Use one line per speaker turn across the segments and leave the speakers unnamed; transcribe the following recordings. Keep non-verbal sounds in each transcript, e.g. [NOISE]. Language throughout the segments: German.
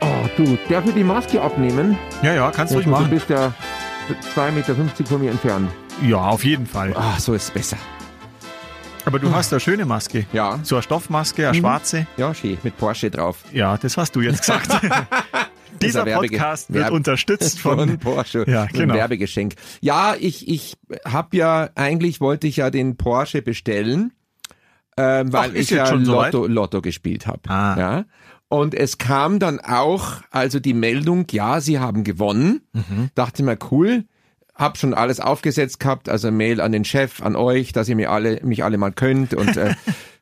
Oh, du, darf ich die Maske abnehmen?
Ja, ja, kannst du ruhig
du
machen.
bist ja 2,50 Meter von mir entfernt.
Ja, auf jeden Fall.
Ah, so ist besser.
Aber du hast eine schöne Maske.
Ja.
So eine Stoffmaske, eine schwarze.
Ja, schön, mit Porsche drauf. [LAUGHS]
Ja, [LAUGHS] das hast du jetzt gesagt.
Dieser
Dieser
Werbege-
Podcast wird
Werb-
unterstützt von.
Porsche.
Ja,
Ein
genau.
Werbegeschenk. Ja, ich, ich habe ja, eigentlich wollte ich ja den Porsche bestellen, ähm, weil
Ach,
ich
ist jetzt
ja
schon soweit?
Lotto, Lotto gespielt habe.
Ah.
Ja. Und es kam dann auch, also die Meldung, ja, sie haben gewonnen. Dachte mir, cool. Hab schon alles aufgesetzt gehabt, also Mail an den Chef, an euch, dass ihr mir alle, mich alle mal könnt und äh,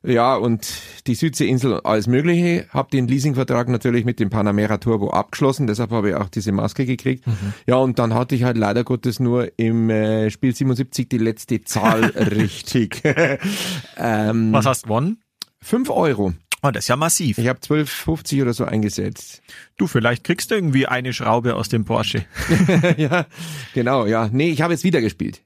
ja und die Südseeinsel und alles Mögliche. Hab den Leasingvertrag natürlich mit dem Panamera Turbo abgeschlossen, deshalb habe ich auch diese Maske gekriegt. Ja und dann hatte ich halt leider Gottes nur im äh, Spiel 77 die letzte Zahl richtig. [LAUGHS] ähm,
Was hast du gewonnen?
fünf Euro.
Oh, das ist ja massiv.
Ich habe 12,50 oder so eingesetzt.
Du, vielleicht kriegst du irgendwie eine Schraube aus dem Porsche.
ja, genau, ja. Nee, ich habe jetzt wieder gespielt.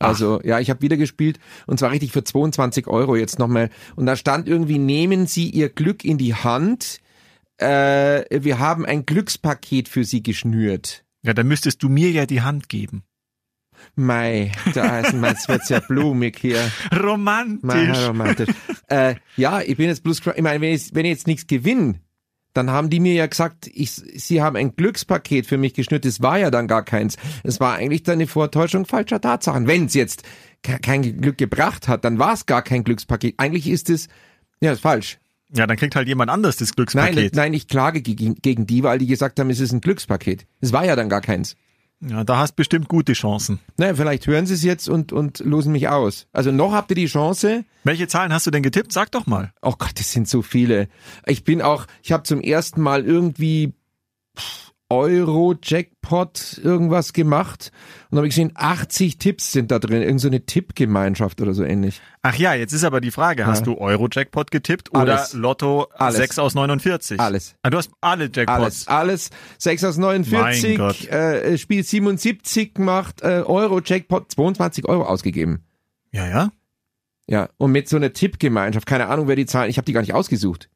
Also, ja, ich habe wieder gespielt und zwar richtig für 22 Euro jetzt nochmal. Und da stand irgendwie, nehmen Sie Ihr Glück in die Hand. Äh, wir haben ein Glückspaket für Sie geschnürt.
Ja, dann müsstest du mir ja die Hand geben.
Mei, da ist es wird's ja blumig hier. Mei,
Romantisch.
romantisch. äh, ja, ich bin jetzt bloß, gra- ich meine, wenn ich, wenn ich jetzt nichts gewinne, dann haben die mir ja gesagt, ich, sie haben ein Glückspaket für mich geschnürt. Das war ja dann gar keins. Es war eigentlich dann eine Vortäuschung falscher Tatsachen. Wenn es jetzt ke- kein Glück gebracht hat, dann war es gar kein Glückspaket. Eigentlich ist es, ja, ist falsch.
Ja, dann kriegt halt jemand anders das
Nein,
Glückspaket.
nein, ich klage gegen, gegen die, weil die gesagt haben, es ist ein Glückspaket. Es war ja dann gar keins.
Ja, da hast bestimmt gute Chancen.
Naja, vielleicht hören sie es jetzt und, und losen mich aus. Also noch habt ihr die Chance,
Welche Zahlen hast du denn getippt? Sag doch mal.
Oh Gott, das sind so viele. Ich bin auch, ich habe zum ersten Mal irgendwie pff, Euro-Jackpot irgendwas gemacht und habe gesehen, 80 Tipps sind da drin, irgend so eine Tippgemeinschaft oder so ähnlich.
Ach ja, jetzt ist aber die Frage, hast du Euro-Jackpot getippt oder
Alles.
Lotto
Alles.
6 aus 49?
Alles.
Ah, du hast alle
Alles,
Jackpots.
alles, 6 aus
Mein Gott.
49, äh, Spiel 77 gemacht, äh, Euro-Jackpot, 22 Euro ausgegeben.
Ja, ja.
Ja, und mit so einer Tippgemeinschaft, keine Ahnung, wer die Zahlen, ich habe die gar nicht ausgesucht.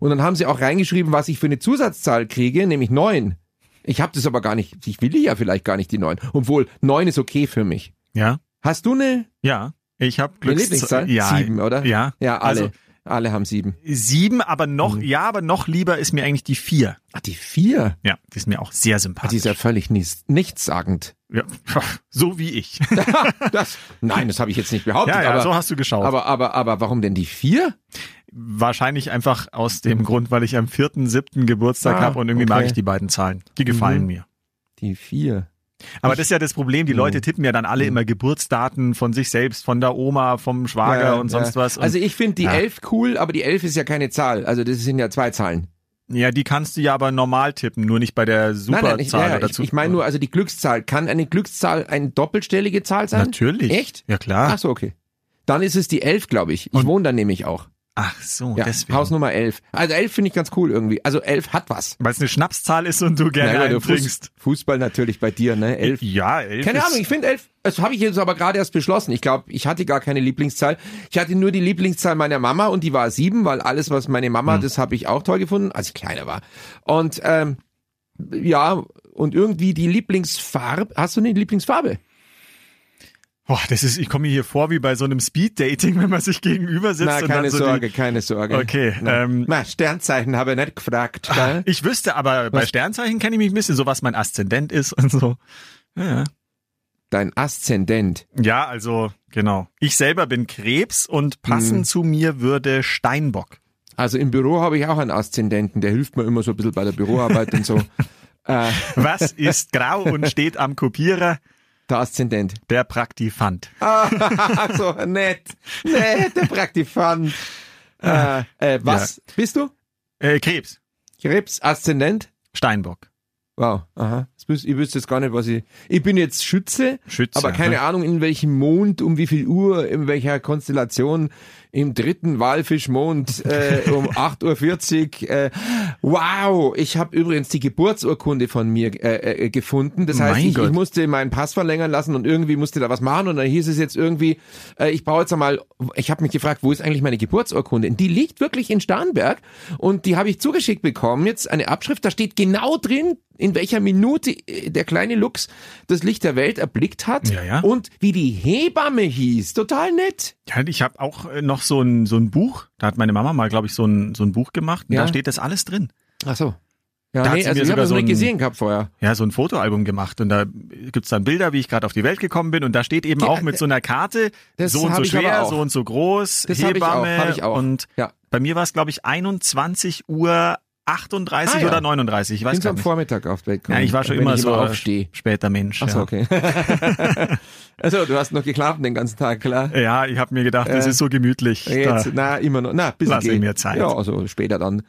Und dann haben sie auch reingeschrieben, was ich für eine Zusatzzahl kriege, nämlich neun. Ich habe das aber gar nicht, ich will ja vielleicht gar nicht die neun, obwohl neun ist okay für mich.
Ja.
Hast du eine,
Ja. Ich habe
eine
Glückszahl.
Lieblingszahl? Sieben, oder?
Ja.
Ja, alle.
Also
alle haben sieben.
sieben, aber noch,
Mhm.
ja, aber noch lieber ist mir eigentlich die vier.
Ah, die vier? Ah,
Ja, die ist mir auch sehr
Die
sympathisch.
ist ja völlig nichts, nichtssagend.
ja, [LAUGHS] so
[LAUGHS]
wie ich.
Das, nein, das habe ich jetzt nicht behauptet,
ja, ja,
aber,
so hast du geschaut.
aber, aber, aber warum denn die vier?
Wahrscheinlich einfach aus dem Grund, weil ich am vierten, siebten Geburtstag
Ah,
habe und irgendwie mag
okay.
ich die beiden Zahlen. Die gefallen
Mhm.
mir.
Die vier.
Aber das ist ja das Problem, die
Mhm.
Leute tippen ja dann alle immer Geburtsdaten von sich selbst, von der Oma, vom Schwager
Ja,
und sonst
ja.
was. Und
also ich finde die
Ja.
elf cool, aber die elf ist ja keine Zahl. Also das sind ja zwei Zahlen.
Ja, die kannst du ja aber normal tippen, nur nicht bei der
Nein, nein,
Superzahl
ich, ja, ja,
oder
ich, ich meine nur, also die Glückszahl, kann eine Glückszahl eine doppelstellige Zahl sein?
Natürlich.
Echt?
Ja, klar.
Ach so, okay. Dann ist es die 11, glaube ich. Ich
Und-
wohne da nämlich auch.
Ach so,
Ja,
deswegen.
Hausnummer 11. Also 11 finde ich ganz cool irgendwie. Also 11 hat was.
Weil es eine Schnapszahl ist und du gerne
weil
einen
du
trinkst.
Fuß, Fußball natürlich bei dir, ne? 11.
Ja, elf
Keine
ist,
Ahnung, ich finde 11, das habe ich jetzt aber gerade erst beschlossen. Ich glaube, ich hatte gar keine Lieblingszahl. Ich hatte nur die Lieblingszahl meiner Mama und die war 7, weil alles, was meine
Hm.
Mama, das habe ich auch toll gefunden, als ich kleiner war. Und ähm, ja, und irgendwie die Lieblingsfarbe, hast du eine Lieblingsfarbe?
Boah, das ist, ich komme mir hier vor wie bei so einem Speed-Dating, wenn man sich gegenüber sitzt
Na,
und
keine
dann so
Sorge,
also Die,
keine Sorge.
Okay,
Na,
ähm,
na Sternzeichen habe ich nicht gefragt.
[LAUGHS]
gell?
Ich wüsste aber, bei
Was?
Sternzeichen kenne ich mich ein bisschen, so was mein Aszendent ist und so. Ja,
Dein Aszendent.
ja also, genau. Ich selber bin Krebs und passend
Mhm.
zu mir würde Steinbock.
Also im Büro habe ich auch einen Aszendenten, der hilft mir immer so ein bisschen bei der Büroarbeit
[LAUGHS]
und so. Äh, [LAUGHS]
Was ist grau und steht am Kopierer?
der Aszendent.
Der Praktifant.
Ah, [LAUGHS] so nett. Nett, der Praktikant. Äh,
Ah.
äh, was bist du?
Äh, Krebs.
Krebs, Aszendent?
Steinbock.
Wow, aha. Das wüs- Ich wüsste jetzt gar nicht, was ich. Ich bin jetzt Schütze,
Schütze,
aber keine Ahnung, in welchem Mond, um wie viel Uhr, in welcher Konstellation, im dritten Walfischmond
[LAUGHS]
äh, um 8.40 Uhr. Äh, wow, ich habe übrigens die Geburtsurkunde von mir äh, äh, gefunden. Das heißt,
Mein
ich, ich
Gott.
musste meinen Pass verlängern lassen und irgendwie musste da was machen. Und dann hieß es jetzt irgendwie, äh, ich baue jetzt einmal, ich habe mich gefragt, wo ist eigentlich meine Geburtsurkunde? Und die liegt wirklich in Starnberg und die habe ich zugeschickt bekommen. Jetzt eine Abschrift, da steht genau drin, in welcher Minute äh, der kleine Lux das Licht der Welt erblickt hat
Ja, ja.
und wie die Hebamme hieß. Total nett.
Ja, ich habe auch äh, noch so ein, so ein Buch, da hat meine Mama mal, glaube ich, so ein, so ein Buch gemacht und
Ja.
da steht das alles drin.
Ach so. Ja,
Da hat
nee,
sie
also
mir
ich
sogar
habe das
so
nicht
ein-
gesehen gehabt vorher.
Ja, so ein Fotoalbum gemacht und da gibt's dann Bilder, wie ich gerade auf die Welt gekommen bin und da steht eben
Ja,
auch mit so einer Karte,
das
so und
hab
so
ich aber
schwer,
auch.
so und so groß,
Das hab ich auch,
Hebamme
hab ich auch.
und
Ja.
bei mir war es glaube ich 21 Uhr 38
Ah, ja.
oder 39, ich weiß
Bin
gar
am
nicht.
Vormittag auf Welt
Ja, ich war schon
wenn
immer
ich
so
aufstehe.
später Mensch.
Ach so,
ja.
okay. [LAUGHS] also, du hast noch geschlafen den ganzen Tag, klar.
ja, ich habe mir gedacht, das
Äh,
ist so gemütlich.
Jetzt,
da,
na, immer noch. Na, bisschen
Lass
gehen.
ihm ja Zeit.
Ja, also später dann.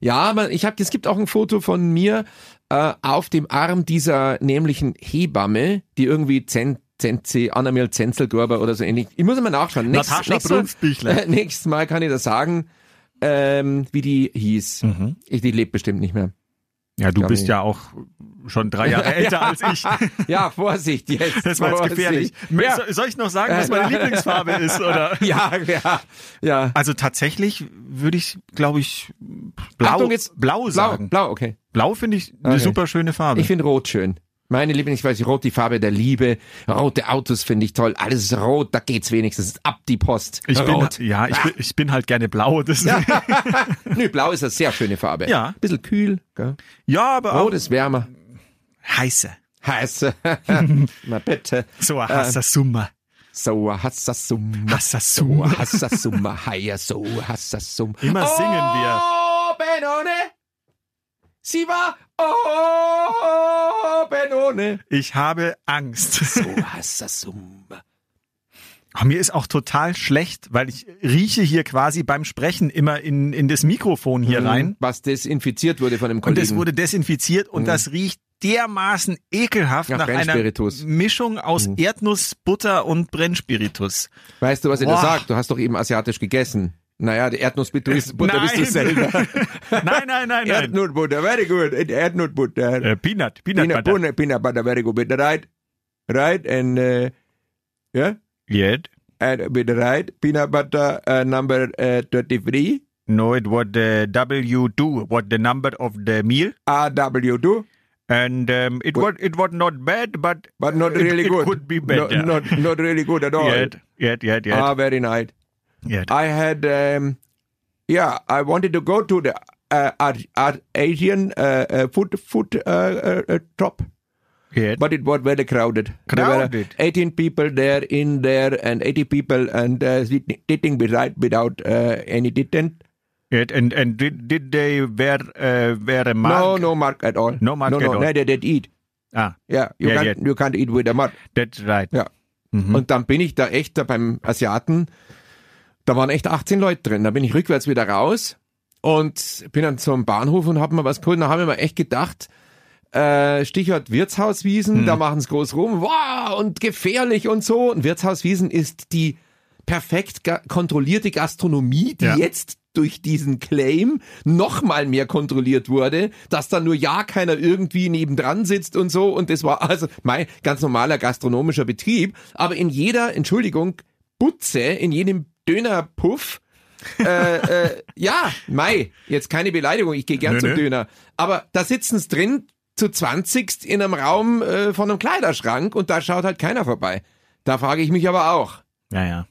Ja, aber ich habe, es gibt auch ein Foto von mir äh, auf dem Arm dieser nämlichen Hebamme, die irgendwie Zen, Zenzi, Annamil Zenzelgörber oder so ähnlich. Ich muss mal nachschauen. Nächstes,
Natascha
nächstes,
Brunfbichler.
Mal, [LAUGHS] nächstes Mal kann ich das sagen, ähm, wie die hieß.
Mhm.
Ich, die lebt bestimmt nicht mehr.
ja, du
glaub
bist
ich.
ja auch schon drei
[LAUGHS]
Jahre älter als ich.
Ja, Vorsicht jetzt.
Das war jetzt
Vorsicht.
gefährlich.
Ja,
So- Soll ich noch sagen, was [LAUGHS] meine Lieblingsfarbe ist? [LAUGHS] Oder?
ja, ja. ja.
Also tatsächlich würde ich, glaube ich, blau,
Achtung jetzt.
blau
Blau,
sagen. Blau,
blau, okay.
finde ich eine
Okay.
super schöne Farbe.
Ich finde Rot schön. Meine Lieblings, ich weiß nicht, Rot die Farbe der Liebe. Rote Autos finde ich toll. Alles ist rot, da geht's wenigstens ab die Post.
Ich bin,
rot.
ja, ich, bin, ich bin halt gerne blau. Das ist, ja.
[LAUGHS]
[LAUGHS]
Nö, blau ist eine sehr schöne Farbe.
Ja.
Bisschen kühl. Gell?
aber auch
Rot ist wärmer.
heiße.
Heiß.
[LAUGHS]
Na bitte.
So ein heißer Summer.
So Hassasumma.
Hassasumma.
So Hassasumma. Heier so Hassasumma.
Immer singen wir.
Oh, Benone. Sie war oh, Benone.
Ich habe Angst.
So Hassasumma.
[LAUGHS] Oh, mir ist auch total schlecht, weil ich rieche hier quasi beim Sprechen immer in, in das Mikrofon hier rein.
Was desinfiziert wurde von dem
Mhm. Und
Kollegen.
es wurde desinfiziert und das riecht dermaßen ekelhaft
Nach
Mhm. nach Mhm. einer
Brennspiritus.
Mischung aus Erdnuss, Butter und Brennspiritus.
Weißt du, was ich
Boah.
da sag? Du hast doch eben asiatisch gegessen. Naja, die Erdnussbutter ist- Butter bist du
[LAUGHS] Nein.
selber.
[LAUGHS] Nein, nein, nein, nein.
Erdnussbutter, very good. Erdnussbutter.
Äh, Peanut, Peanut
Peanut
Butter.
butter, peanut butter, very good. Bit right. Right and, uh, yeah?
Yes.
And bit right. Peanut butter uh, number uh, 33.
No, it was the W2, what the number of the meal.
RW2.
And um, it was it was not bad, but
But not really
it,
good.
It could be better.
No, not, not really good at all.
yet, yet, yet, yet,
Ah, very nice.
yet.
I had, um, yeah, I wanted to go to the uh, Ar- Ar- Asian uh, uh, food, food uh, uh, uh, shop.
yet.
But it was very crowded. There were
Crowded?
18 people there in there and 80 people and uh, sitting beside without uh, any distance.
yet. And and did did they wear uh, wear a mask?
No, no mark at all.
No mark
no,
at
no,
all.
Neither did eat.
Ah,
Ja, you,
Yeah,
can't, you can't eat with a mark.
that's right.
Ja.
Mhm.
Und dann bin ich da echt da beim Asiaten, da waren echt 18 Leute drin. Da bin ich rückwärts wieder raus und bin dann zum Bahnhof und hab mir was geholt. Da haben wir mir echt gedacht, äh, Stichwort Wirtshauswiesen, da machen es groß rum, wow, und gefährlich und so. Und Wirtshauswiesen ist die perfekt ga kontrollierte Gastronomie, die
Ja.
jetzt durch diesen Claim noch mal mehr kontrolliert wurde, dass da nur ja keiner irgendwie nebendran sitzt und so. Und das war also mein ganz normaler gastronomischer Betrieb. Aber in jeder, Entschuldigung, Butze, in jedem Dönerpuff, äh,
[LAUGHS]
äh, ja, Mai, jetzt keine Beleidigung, ich gehe gern
Nö,
zum
nö.
Döner. Aber da sitzen's drin zu 20 in einem Raum äh, von einem Kleiderschrank und da schaut halt keiner vorbei. Da frage ich mich aber auch.
Ja, ja.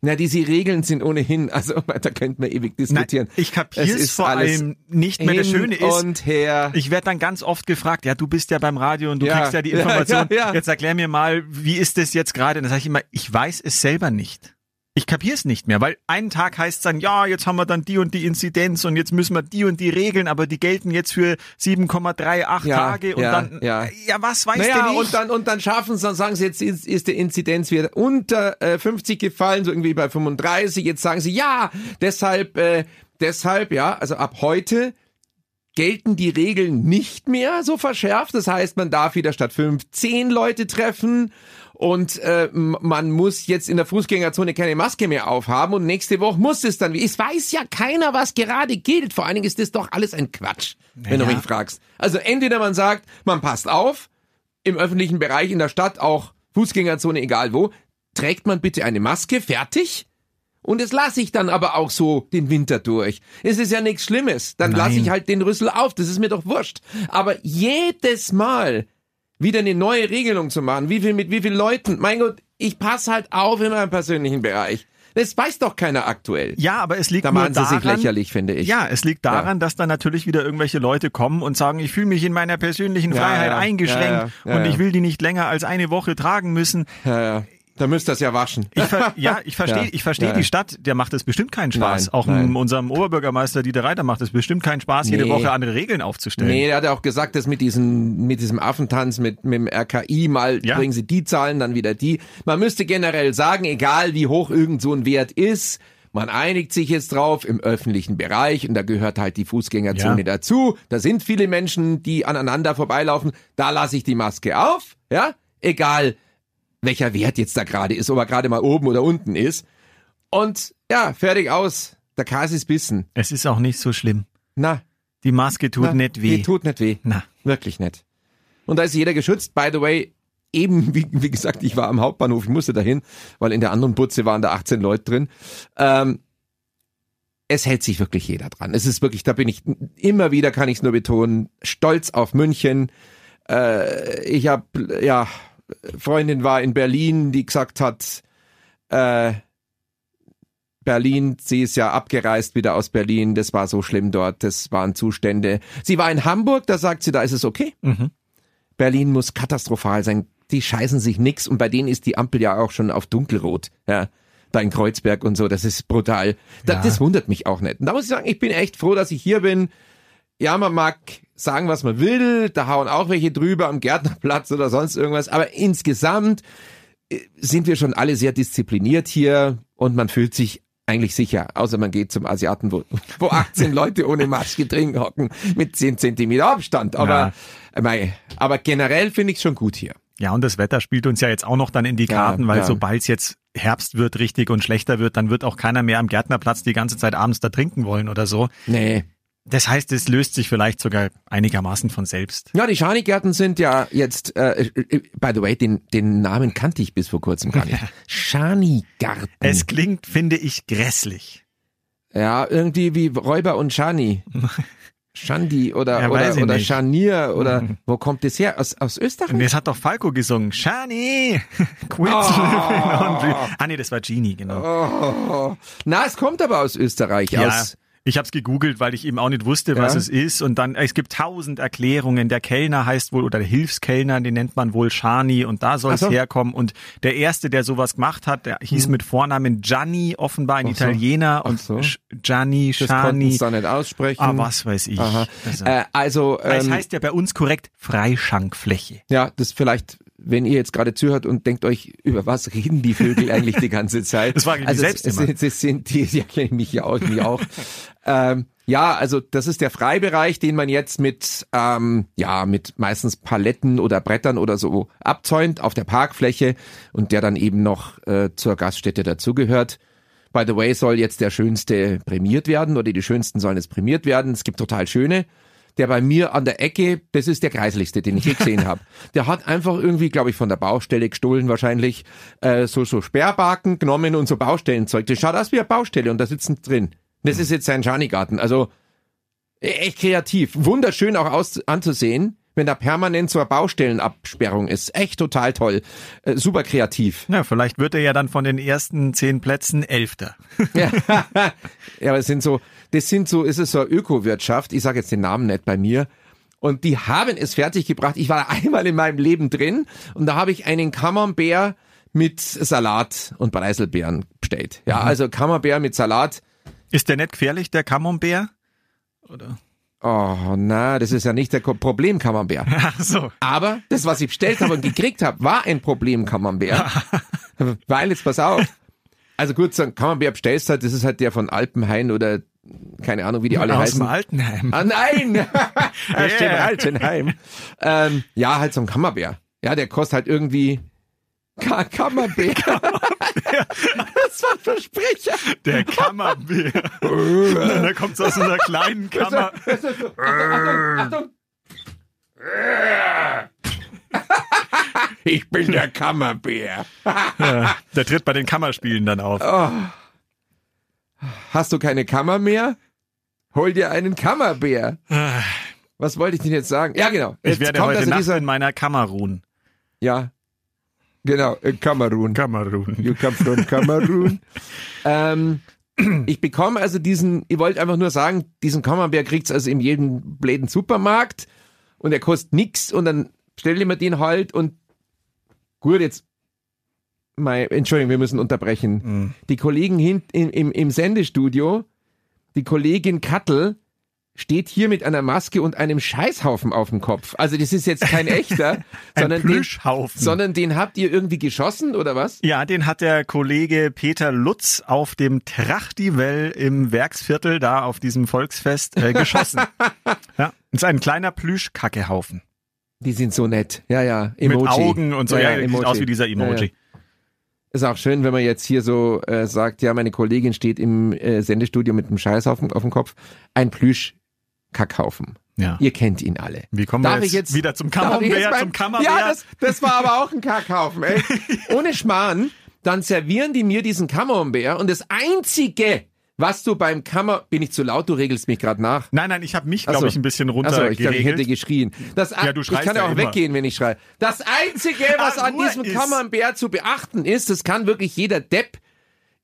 Na, diese Regeln sind ohnehin, also [LAUGHS] da könnten wir ewig diskutieren.
Nein, ich kapier's
Es ist
vor
alles
allem nicht mehr. Das
Hin
Schöne ist,
Und her.
Ich werde dann ganz oft gefragt, ja, du bist ja beim Radio und du
Ja,
kriegst ja die
[LAUGHS] ja,
Information.
ja, ja.
Jetzt erklär mir mal, wie ist das jetzt gerade? Und dann sage ich immer, ich weiß es selber nicht. Ich kapier's nicht mehr, weil einen Tag heißt dann, ja, jetzt haben wir dann die und die Inzidenz und jetzt müssen wir die und die Regeln, aber die gelten jetzt für 7,38
Ja,
Tage und
ja,
dann,
ja.
ja, was weiß
naja,
denn ich?
und dann, und dann schaffen sie, dann sagen sie, jetzt ist, ist der Inzidenzwert unter äh, 50 gefallen, so irgendwie bei 35. Jetzt sagen sie, ja, deshalb, äh, deshalb, ja, also ab heute gelten die Regeln nicht mehr so verschärft. Das heißt, man darf wieder statt fünf zehn Leute treffen und äh, m- man muss jetzt in der Fußgängerzone keine Maske mehr aufhaben und nächste Woche muss es dann. wie- Es weiß ja keiner, was gerade gilt. Vor allen Dingen ist das doch alles ein Quatsch, wenn du
Naja.
mich fragst. Also entweder man sagt, man passt auf, im öffentlichen Bereich, in der Stadt, auch Fußgängerzone, egal wo, trägt man bitte eine Maske, fertig? Und das lasse ich dann aber auch so den Winter durch. Es ist ja nichts Schlimmes. Dann
Nein.
lasse ich halt den Rüssel auf. Das ist mir doch wurscht. Aber jedes Mal wieder eine neue Regelung zu machen, wie viel mit wie vielen Leuten, mein Gott, ich passe halt auf in meinem persönlichen Bereich. Das weiß doch keiner aktuell.
Ja, aber es liegt
Da
nur
machen sie
daran,
sich lächerlich, finde ich.
Ja, es liegt daran, dass dann natürlich wieder irgendwelche Leute kommen und sagen, ich fühle mich in meiner persönlichen
Ja,
Freiheit
ja,
eingeschränkt
ja, ja, ja,
und
ja.
ich will die nicht länger als eine Woche tragen müssen.
Ja, ja. Da müsst ihr das ja waschen. [LAUGHS]
Ich ver ja, ich verstehe
Ja,
ich verstehe
ja, ja.
die Stadt, der macht es bestimmt keinen Spaß.
Nein,
Auch
nein.
unserem Oberbürgermeister Dieter Reiter macht es bestimmt keinen Spaß, jede
Nee.
Woche andere Regeln aufzustellen.
Nee, der hat ja auch gesagt, dass mit diesem, mit diesem Affentanz, mit, mit dem RKI, mal
Ja.
bringen sie die Zahlen, dann wieder die. Man müsste generell sagen, egal wie hoch irgend so ein Wert ist, man einigt sich jetzt drauf im öffentlichen Bereich und da gehört halt die Fußgängerzone
Ja.
dazu. Da sind viele Menschen, die aneinander vorbeilaufen. Da lasse ich die Maske auf, ja? Egal welcher Wert jetzt da gerade ist, ob er gerade mal oben oder unten ist. Und ja, fertig aus. Der Kas ist bissen.
Es ist auch nicht so schlimm.
Na,
Die Maske tut
na,
nicht weh.
die Tut nicht weh.
Na.
Wirklich nicht. Und da ist jeder geschützt. By the way, eben, [LAUGHS] wie, wie gesagt, ich war am Hauptbahnhof, ich musste dahin, weil in der anderen Butze waren da 18 Leute drin. Ähm, es hält sich wirklich jeder dran. Es ist wirklich, da bin ich immer wieder, kann ich es nur betonen, stolz auf München. Äh, ich habe, ja, Freundin war in Berlin, die gesagt hat, äh, Berlin, sie ist ja abgereist wieder aus Berlin, das war so schlimm dort, das waren Zustände. Sie war in Hamburg, da sagt sie, da ist es okay.
Mhm.
Berlin muss katastrophal sein, die scheißen sich nix und bei denen ist die Ampel ja auch schon auf dunkelrot, ja. Da in Kreuzberg und so, das ist brutal. Da,
Ja.
Das wundert mich auch nicht. Und da muss ich sagen, ich bin echt froh, dass ich hier bin. Ja, man mag sagen, was man will, da hauen auch welche drüber am Gärtnerplatz oder sonst irgendwas, aber insgesamt äh, sind wir schon alle sehr diszipliniert hier und man fühlt sich eigentlich sicher, außer man geht zum Asiaten, wo, wo 18 Leute ohne Maske drin hocken mit 10 Zentimeter Abstand. Aber, äh, mei, aber generell finde ich es schon gut hier.
Ja, und das Wetter spielt uns ja jetzt auch noch dann in die
Ja,
Karten, weil
ja.
sobald es jetzt Herbst wird richtig und schlechter wird, dann wird auch keiner mehr am Gärtnerplatz die ganze Zeit abends da trinken wollen oder so.
Nee.
Das heißt, es löst sich vielleicht sogar einigermaßen von selbst.
Ja, die Schanigärten sind ja jetzt, äh, äh, by the way, den, den Namen kannte ich bis vor kurzem gar nicht. Schanigarten.
Es klingt, finde ich, grässlich.
Ja, irgendwie wie Räuber und
[LAUGHS]
Schani. Schandi oder,
Ja, weiß
oder,
ich
oder
nicht. Mhm.
Scharnier oder wo kommt das her? Aus, aus
Und
Österreich?
jetzt hat doch Falco gesungen. Shani! [LAUGHS] Quit
Ah.
living on dream. Ah nee, das war Genie, genau.
Oh. Na, es kommt aber aus Österreich.
ja.
Aus,
Ich hab's gegoogelt, weil ich eben auch nicht wusste, was
Ja.
es ist. Und dann, es gibt tausend Erklärungen. Der Kellner heißt wohl, oder der Hilfskellner, den nennt man wohl Shani und da soll es
Ach so. Hm.
herkommen. Und der Erste, der sowas gemacht hat, der hieß mit Vornamen Gianni, offenbar ein
Ach so.
Italiener.
Ach
Und
so.
Sch- Gianni,
das konnten
Shani,
es da nicht aussprechen.
ah, was weiß ich.
Aha.
Also,
Äh, also, ähm,
es heißt ja bei uns korrekt Freischankfläche.
ja, das vielleicht, wenn ihr jetzt gerade zuhört und denkt euch, über was reden die
[LAUGHS]
Vögel eigentlich die ganze Zeit?
Das frage ich mich
also,
selbst
es,
immer.
Es, es sind die, ja, kenne ich mich ja auch, mich auch. ähm, ja, also das ist der Freibereich, den man jetzt mit, ähm, ja, mit meistens Paletten oder Brettern oder so abzäunt auf der Parkfläche und der dann eben noch äh, zur Gaststätte dazugehört. By the way, soll jetzt der Schönste prämiert werden oder die Schönsten sollen es prämiert werden. Es gibt total schöne. Der bei mir an der Ecke, das ist der kreislichste, den ich je gesehen habe. Der hat einfach irgendwie, glaube ich, von der Baustelle gestohlen wahrscheinlich, äh, so, so Sperrbarken genommen und so Baustellenzeug. Das schaut aus wie eine Baustelle und da sitzen drin. Das ist jetzt sein Schanigarten. Also e- echt kreativ. Wunderschön auch aus, anzusehen, wenn da permanent so eine Baustellenabsperrung ist. Echt total toll. Äh, super kreativ.
Na, vielleicht wird er ja dann von den ersten zehn Plätzen Elfter.
Ja. [LAUGHS] ja, aber es sind so, das sind so, ist es so eine Ökowirtschaft, ich sage jetzt den Namen nicht bei mir. Und die haben es fertiggebracht. Ich war [LAUGHS] einmal in meinem Leben drin und da habe ich einen Camembert mit Salat und Preiselbeeren bestellt. Ja,
Mhm.
also Camembert mit Salat.
Ist der nicht gefährlich, der Camembert?
Oh, na, das ist ja nicht der Ko- Problem Camembert.
[LAUGHS] Ach so.
Aber das, was ich bestellt habe und gekriegt habe, war ein Problem
[LAUGHS]
Camembert. Weil, jetzt pass auf. Also gut, so ein Camembert bestellst halt, das ist halt der von Alpenhain oder keine Ahnung, wie die alle
Aus
heißen. [LAUGHS]
dem Altenheim.
Ah, nein! Aus dem
Yeah.
Altenheim. Ähm, ja, halt so ein Kammerbär. Ja, der kostet halt irgendwie. Ka Kammerbär. [LAUGHS] das war ein Versprecher.
Der Kammerbier.
Äh.
da kommt's aus
[LAUGHS]
einer kleinen Kammer.
Achtung, Achtung. Ich bin der Kammerbär.
Der tritt bei den Kammerspielen dann auf.
Hast du keine Kammer mehr? Hol dir einen Kammerbär. Was wollte ich denn jetzt sagen? Ja, genau.
Ich
Jetzt
werde
kommt
heute
also
Nacht
dieser,
in meiner Kammer ruhen.
Ja. Genau, äh, Kamerun.
Kamerun.
You come from
[LAUGHS]
Kamerun. ähm, ich bekomme also diesen, ich wollte einfach nur sagen, diesen Kammerbär kriegt's also in jedem blöden Supermarkt und er kostet nix und dann stelle ich mir den halt und gut, jetzt mein, Entschuldigung, wir müssen unterbrechen.
Mhm.
Die Kollegen hint, im, im, im Sendestudio, die Kollegin Kattel, steht hier mit einer Maske und einem Scheißhaufen auf dem Kopf. Also das ist jetzt
[LAUGHS]
kein echter,
Ein
sondern den,
Plüschhaufen.
Hm. sondern den habt ihr irgendwie geschossen oder was?
Ja, den hat der Kollege Peter Lutz auf dem Trachtivell im Werksviertel da auf diesem Volksfest
[LAUGHS]
äh, geschossen. ja, ist ein kleiner Plüschkackehaufen
Die sind so nett. Ja, ja. Emoji.
mit Augen und so. Ja, sieht aus wie dieser Emoji.
Ja, ja. Ist auch schön, wenn man jetzt hier so äh, sagt, ja, meine Kollegin steht im äh, Sendestudio mit einem Scheißhaufen auf dem Kopf. Ein Plüsch-Kackhaufen.
Ja.
Ihr kennt ihn alle.
Wie kommen wir
Darf
jetzt,
ich jetzt
wieder zum
Darf ich jetzt
Kammerwehr,
mal-
zum Kammerwehr?
Ja, das, das war aber auch ein Kackhaufen,
[LAUGHS]
ey. Ohne Schmarrn, dann servieren die mir diesen Camembert und das Einzige, was du beim Kammer... Bin ich zu laut? Du regelst mich gerade nach.
Nein, nein, ich habe mich,
Ach so.
glaube ich, ein bisschen
Achso, ich glaub, ich hätte
runtergeregelt.
geschrien. Das,
Ja, du
ich
schreist
kann ja
ja
auch
immer.
weggehen, wenn ich schreie. Das
[LAUGHS]
Einzige, was
Ah,
an
nur
diesem
ist-
Kammernbär zu beachten ist, das kann wirklich jeder Depp,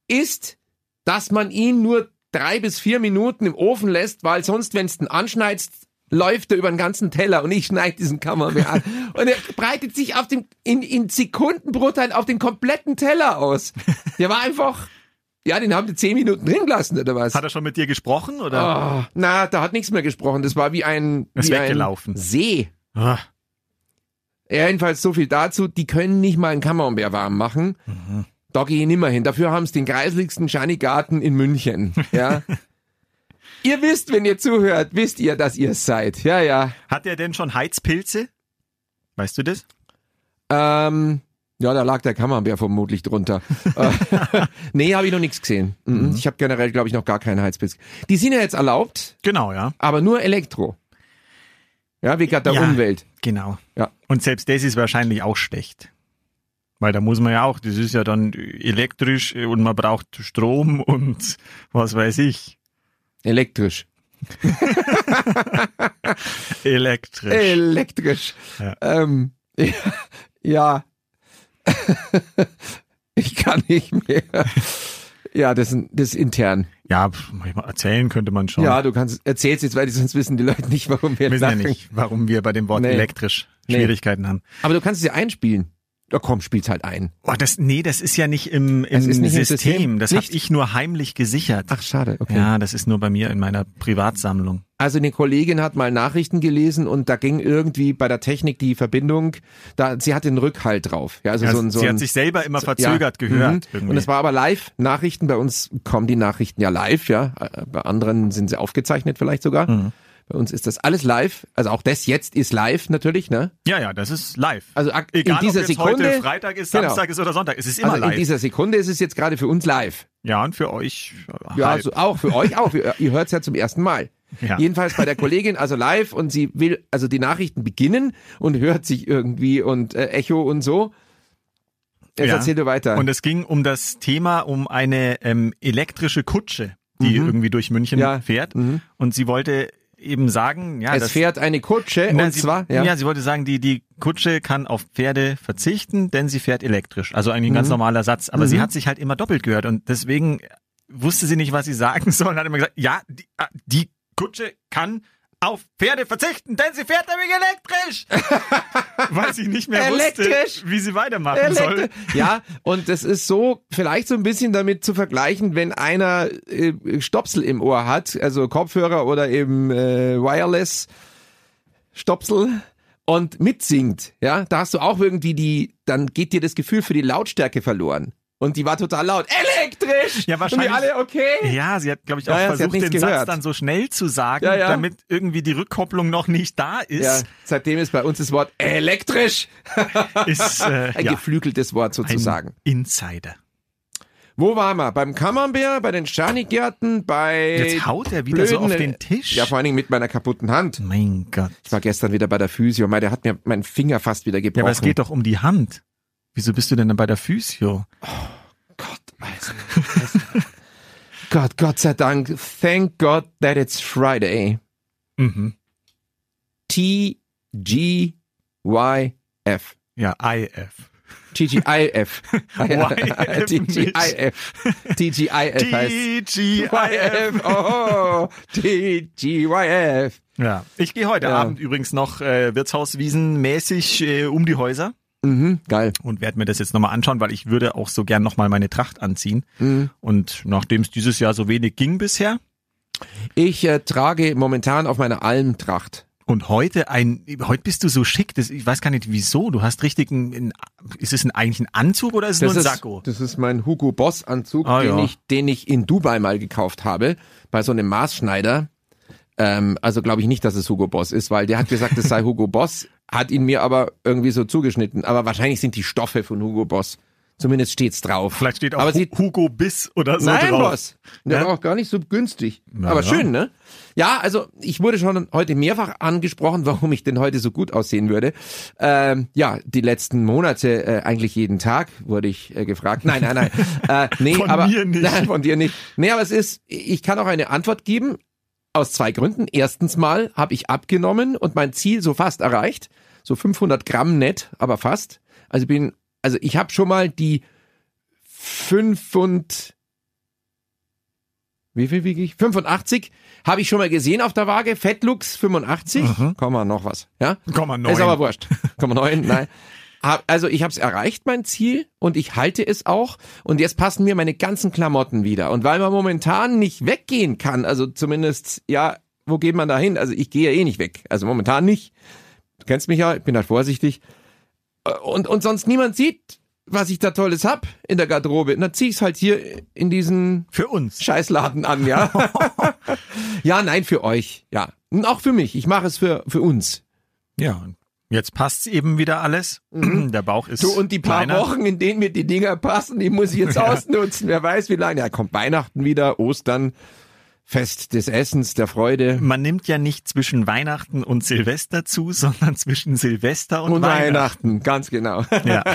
ist, dass man ihn nur drei bis vier Minuten im Ofen lässt, weil sonst, wenn es ihn anschneidst, läuft er über den ganzen Teller und ich schneide diesen Kammernbär
[LAUGHS]
an. Und er breitet sich auf dem, in, in Sekundenbruchteilen auf den kompletten Teller aus. Der war einfach, ja, den haben die zehn Minuten drin gelassen, oder was?
Hat er schon mit dir gesprochen oder?
Ah, na, da hat nichts mehr gesprochen. Das war wie ein,
Ist
wie
weggelaufen.
ein See.
Ah.
Ja, jedenfalls so viel dazu. Die können nicht mal einen Kammernbär warm machen.
Mhm.
Da gehe ich nimmer hin. Dafür haben sie den greiseligsten Schanigarten in
[LAUGHS]
München. Ja. ihr wisst, wenn ihr zuhört, wisst ihr, dass ihr es seid. Ja, ja.
Hat er denn schon Heizpilze? Weißt du das?
Ähm, ja, da lag der Kammernbär vermutlich
[LAUGHS]
drunter. Äh, [LAUGHS] nee, habe ich noch nichts gesehen. Mhm. Ich habe generell, glaube ich, noch gar keinen Heizpilz. Die sind ja jetzt erlaubt,
Genau, ja.
aber nur Elektro. Ja, wegen der
Ja.
Umwelt.
Genau.
Ja.
Und selbst das ist wahrscheinlich auch schlecht. Weil da muss man ja auch, das ist ja dann elektrisch äh, und man braucht Strom [LAUGHS] und was weiß ich.
Elektrisch.
Elektrisch.
Elektrisch.
Ja.
Ähm, [LAUGHS] ja. ja. [LAUGHS] ich kann nicht mehr. Ja, das, ist- das ist intern.
ja, pf, manchmal erzählen könnte man schon.
Ja, du kannst erzählst jetzt, weil sonst wissen die Leute nicht, warum wir
wir wissen ja
lachen.
nicht, warum wir bei dem Wort
Nee.
elektrisch
Nee.
Schwierigkeiten haben.
Aber du kannst es ja einspielen. Ja, komm, spiel's halt ein.
Oh, das, nee, das ist ja nicht im, im
Es ist nicht im
System.
System.
Das habe
Nicht?
ich nur heimlich gesichert.
Ach, schade. Okay.
Ja, das ist nur bei mir in meiner Privatsammlung.
Also eine Kollegin hat mal Nachrichten gelesen und da ging irgendwie bei der Technik die Verbindung. Da sie hat den Rückhalt drauf. Ja, also
Ja,
so ein, so
sie
ein,
hat sich selber immer verzögert
Ja. Mhm.
gehört. Irgendwie.
Und es war aber live. Nachrichten, bei uns kommen die Nachrichten ja live, ja. Äh, Bei anderen sind sie aufgezeichnet vielleicht sogar.
Mhm.
Bei uns ist das alles live. Also auch das jetzt ist live natürlich, ne?
ja, ja, das ist live.
Also ak-
Egal,
in dieser
ob jetzt
Sekunde.
heute Freitag ist,
Genau.
Samstag ist oder Sonntag, es ist immer
also in
live.
dieser Sekunde ist es jetzt gerade für uns live.
Ja, und für euch äh,
Ja,
halb.
also auch für euch
[LAUGHS]
auch. Ihr ihr hört's ja zum ersten Mal.
Ja.
Jedenfalls bei der Kollegin, also live und sie will, also die Nachrichten beginnen und hört sich irgendwie und äh, Echo und so. Jetzt
Ja.
erzähl du weiter.
Und es ging um das Thema, um eine ähm, elektrische Kutsche, die irgendwie durch München
Mhm. Ja. Mhm.
fährt. Und sie wollte eben sagen, ja,
es
das,
fährt eine Kutsche
Nein,
und
sie,
zwar,
ja. sie wollte sagen, die, die Kutsche kann auf Pferde verzichten, denn sie fährt elektrisch. Also eigentlich ein
Mhm.
ganz normaler Satz. Aber sie hat sich halt immer doppelt gehört und deswegen wusste sie nicht, was sie sagen [LAUGHS] soll und hat immer gesagt, ja, die, ah, die Kutsche kann auf Pferde verzichten, denn sie fährt nämlich elektrisch.
[LAUGHS]
Weil sie nicht mehr
Elektrisch.
wusste, wie sie weitermachen soll.
Elektri- Ja, und das ist so vielleicht so ein bisschen damit zu vergleichen, wenn einer äh, Stopsel im Ohr hat, also Kopfhörer oder eben äh, Wireless Stopsel und mitsingt, ja, da hast du auch irgendwie die, dann geht dir das Gefühl für die Lautstärke verloren. Und die war total laut. Elektrisch!
Ja, wahrscheinlich-
Und die alle, okay.
Ja, sie hat, glaube ich,
Ja,
auch
ja, sie hat
versucht, den
nichts
Satz
gehört.
dann so schnell zu sagen,
Ja, ja.
damit irgendwie die Rückkopplung noch nicht da
Ja,
ist.
seitdem ist bei uns das Wort elektrisch
Ist äh,
ein
ja,
geflügeltes Wort
ein
sozusagen.
Insider.
Wo waren wir? Beim Camembert, bei den Schanigärten, bei...
Jetzt haut er wieder so
blöden-
auf den Tisch.
Ja, vor allen Dingen mit meiner kaputten Hand.
mein Gott.
Ich war gestern wieder bei der Physio. Mei, der hat mir meinen Finger fast wieder gebrochen.
Ja, aber es geht doch um die Hand. Wieso bist du denn dann bei der Physio?
Gott, also, also. Gott, Gott sei Dank. Thank God that it's Friday.
Mhm.
T-G-Y-F.
Ja, IF. [LAUGHS]
TGIF. [LAUGHS]
YF
TGIF. TGIF heißt.
TGIF.
YF. Oh, TGYF.
Ja, ich gehe heute
Ja.
Abend übrigens noch äh, Wirtshauswiesen-mäßig äh, um die Häuser
Mhm, geil.
und werde mir das jetzt nochmal anschauen, weil ich würde auch so gern nochmal meine Tracht anziehen.
Mhm.
Und nachdem es dieses Jahr so wenig ging bisher
Ich äh, trage momentan auf meiner Almtracht.
und heute ein, heute bist du so schick, das, ich weiß gar nicht wieso, du hast richtig ein, ein ist es ein, eigentlich ein Anzug oder ist es nur ein
ist,
Sakko?
das ist mein Hugo Boss Anzug,
Ah,
den,
ja.
ich, den ich in Dubai mal gekauft habe, bei so einem Maßschneider. Ähm, also glaube ich nicht, dass es Hugo Boss ist, weil der hat gesagt, es sei
[LAUGHS]
Hugo Boss, hat ihn mir aber irgendwie so zugeschnitten. Aber wahrscheinlich sind die Stoffe von Hugo Boss. Zumindest steht's drauf.
Vielleicht steht auch
aber
Hu-
sieht
Hugo Biss oder so
Nein,
drauf.
Boss. Der
Ja.
war auch gar nicht so günstig.
Na
Aber
ja.
schön, ne? Ja, also ich wurde schon heute mehrfach angesprochen, [LAUGHS] warum ich denn heute so gut aussehen würde. Ähm, ja, die letzten Monate, äh, eigentlich jeden Tag wurde ich äh, gefragt. Nein,
[LAUGHS]
nein, nein. Äh, nee,
Von
aber,
mir nicht.
Nein, [LAUGHS] von dir nicht. Nee, aber es ist, ich kann auch eine Antwort geben. Aus zwei Gründen. Erstens mal habe ich abgenommen und mein Ziel so fast erreicht. So 500 Gramm nett, aber fast. Also bin, also ich habe schon mal die 5 und wie viel wiege ich? 85 habe ich schon mal gesehen auf der Waage. Fettlux 85, Komma noch was. Ja,
Komma neun.
ist aber wurscht. Komma neun, nein. [LAUGHS] Hab- Also ich habe es erreicht, mein Ziel, und ich halte es auch. Und jetzt passen mir meine ganzen Klamotten wieder. Und weil man momentan nicht weggehen kann, also zumindest, ja, wo geht man da hin? Also ich gehe ja eh nicht weg. Also momentan nicht. Du kennst mich ja, ich bin halt vorsichtig. Äh, Und, und sonst niemand sieht, was ich da Tolles hab in der Garderobe. Und dann zieh ich's halt hier in diesen
Für uns.
Scheißladen an, [LAUGHS] ja. ja, nein, für euch, ja. Und auch für mich. Ich mache es für, für uns.
Ja, und jetzt passt's eben wieder alles. Der Bauch ist
Mhm. Du, und die paar
kleiner.
Wochen, in denen mir die Dinger passen, die muss ich
[LAUGHS]
jetzt ausnutzen. Wer weiß, wie lange. Ja, kommt Weihnachten wieder, Ostern, Fest des Essens, der Freude.
Man nimmt ja nicht zwischen Weihnachten und Silvester zu, [LAUGHS] sondern zwischen Silvester und,
Und
Weihnachten.
Weihnachten, ganz genau.
Ja.
[LAUGHS]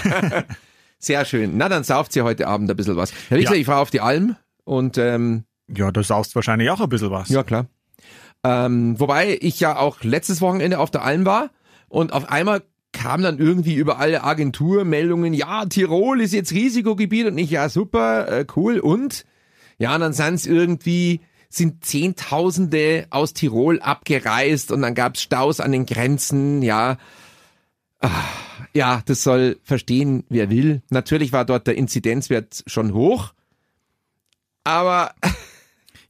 Sehr schön. Na, dann sauft ihr heute Abend ein bisschen was. Ja, wie
Ja.
gesagt, ich fahre auf die Alm und ähm,
ja, du saust wahrscheinlich auch ein bisschen was.
Ja, klar. Ähm, wobei ich ja auch letztes Wochenende auf der Alm war und auf einmal kam dann irgendwie überall Agenturmeldungen, ja, Tirol ist jetzt Risikogebiet und ich, ja, super, äh, cool und ja, und dann sind es irgendwie, sind Zehntausende aus Tirol abgereist und dann gab's Staus an den Grenzen, ja. Ah, Ja, das soll verstehen, wer will. Natürlich war dort der Inzidenzwert schon hoch, aber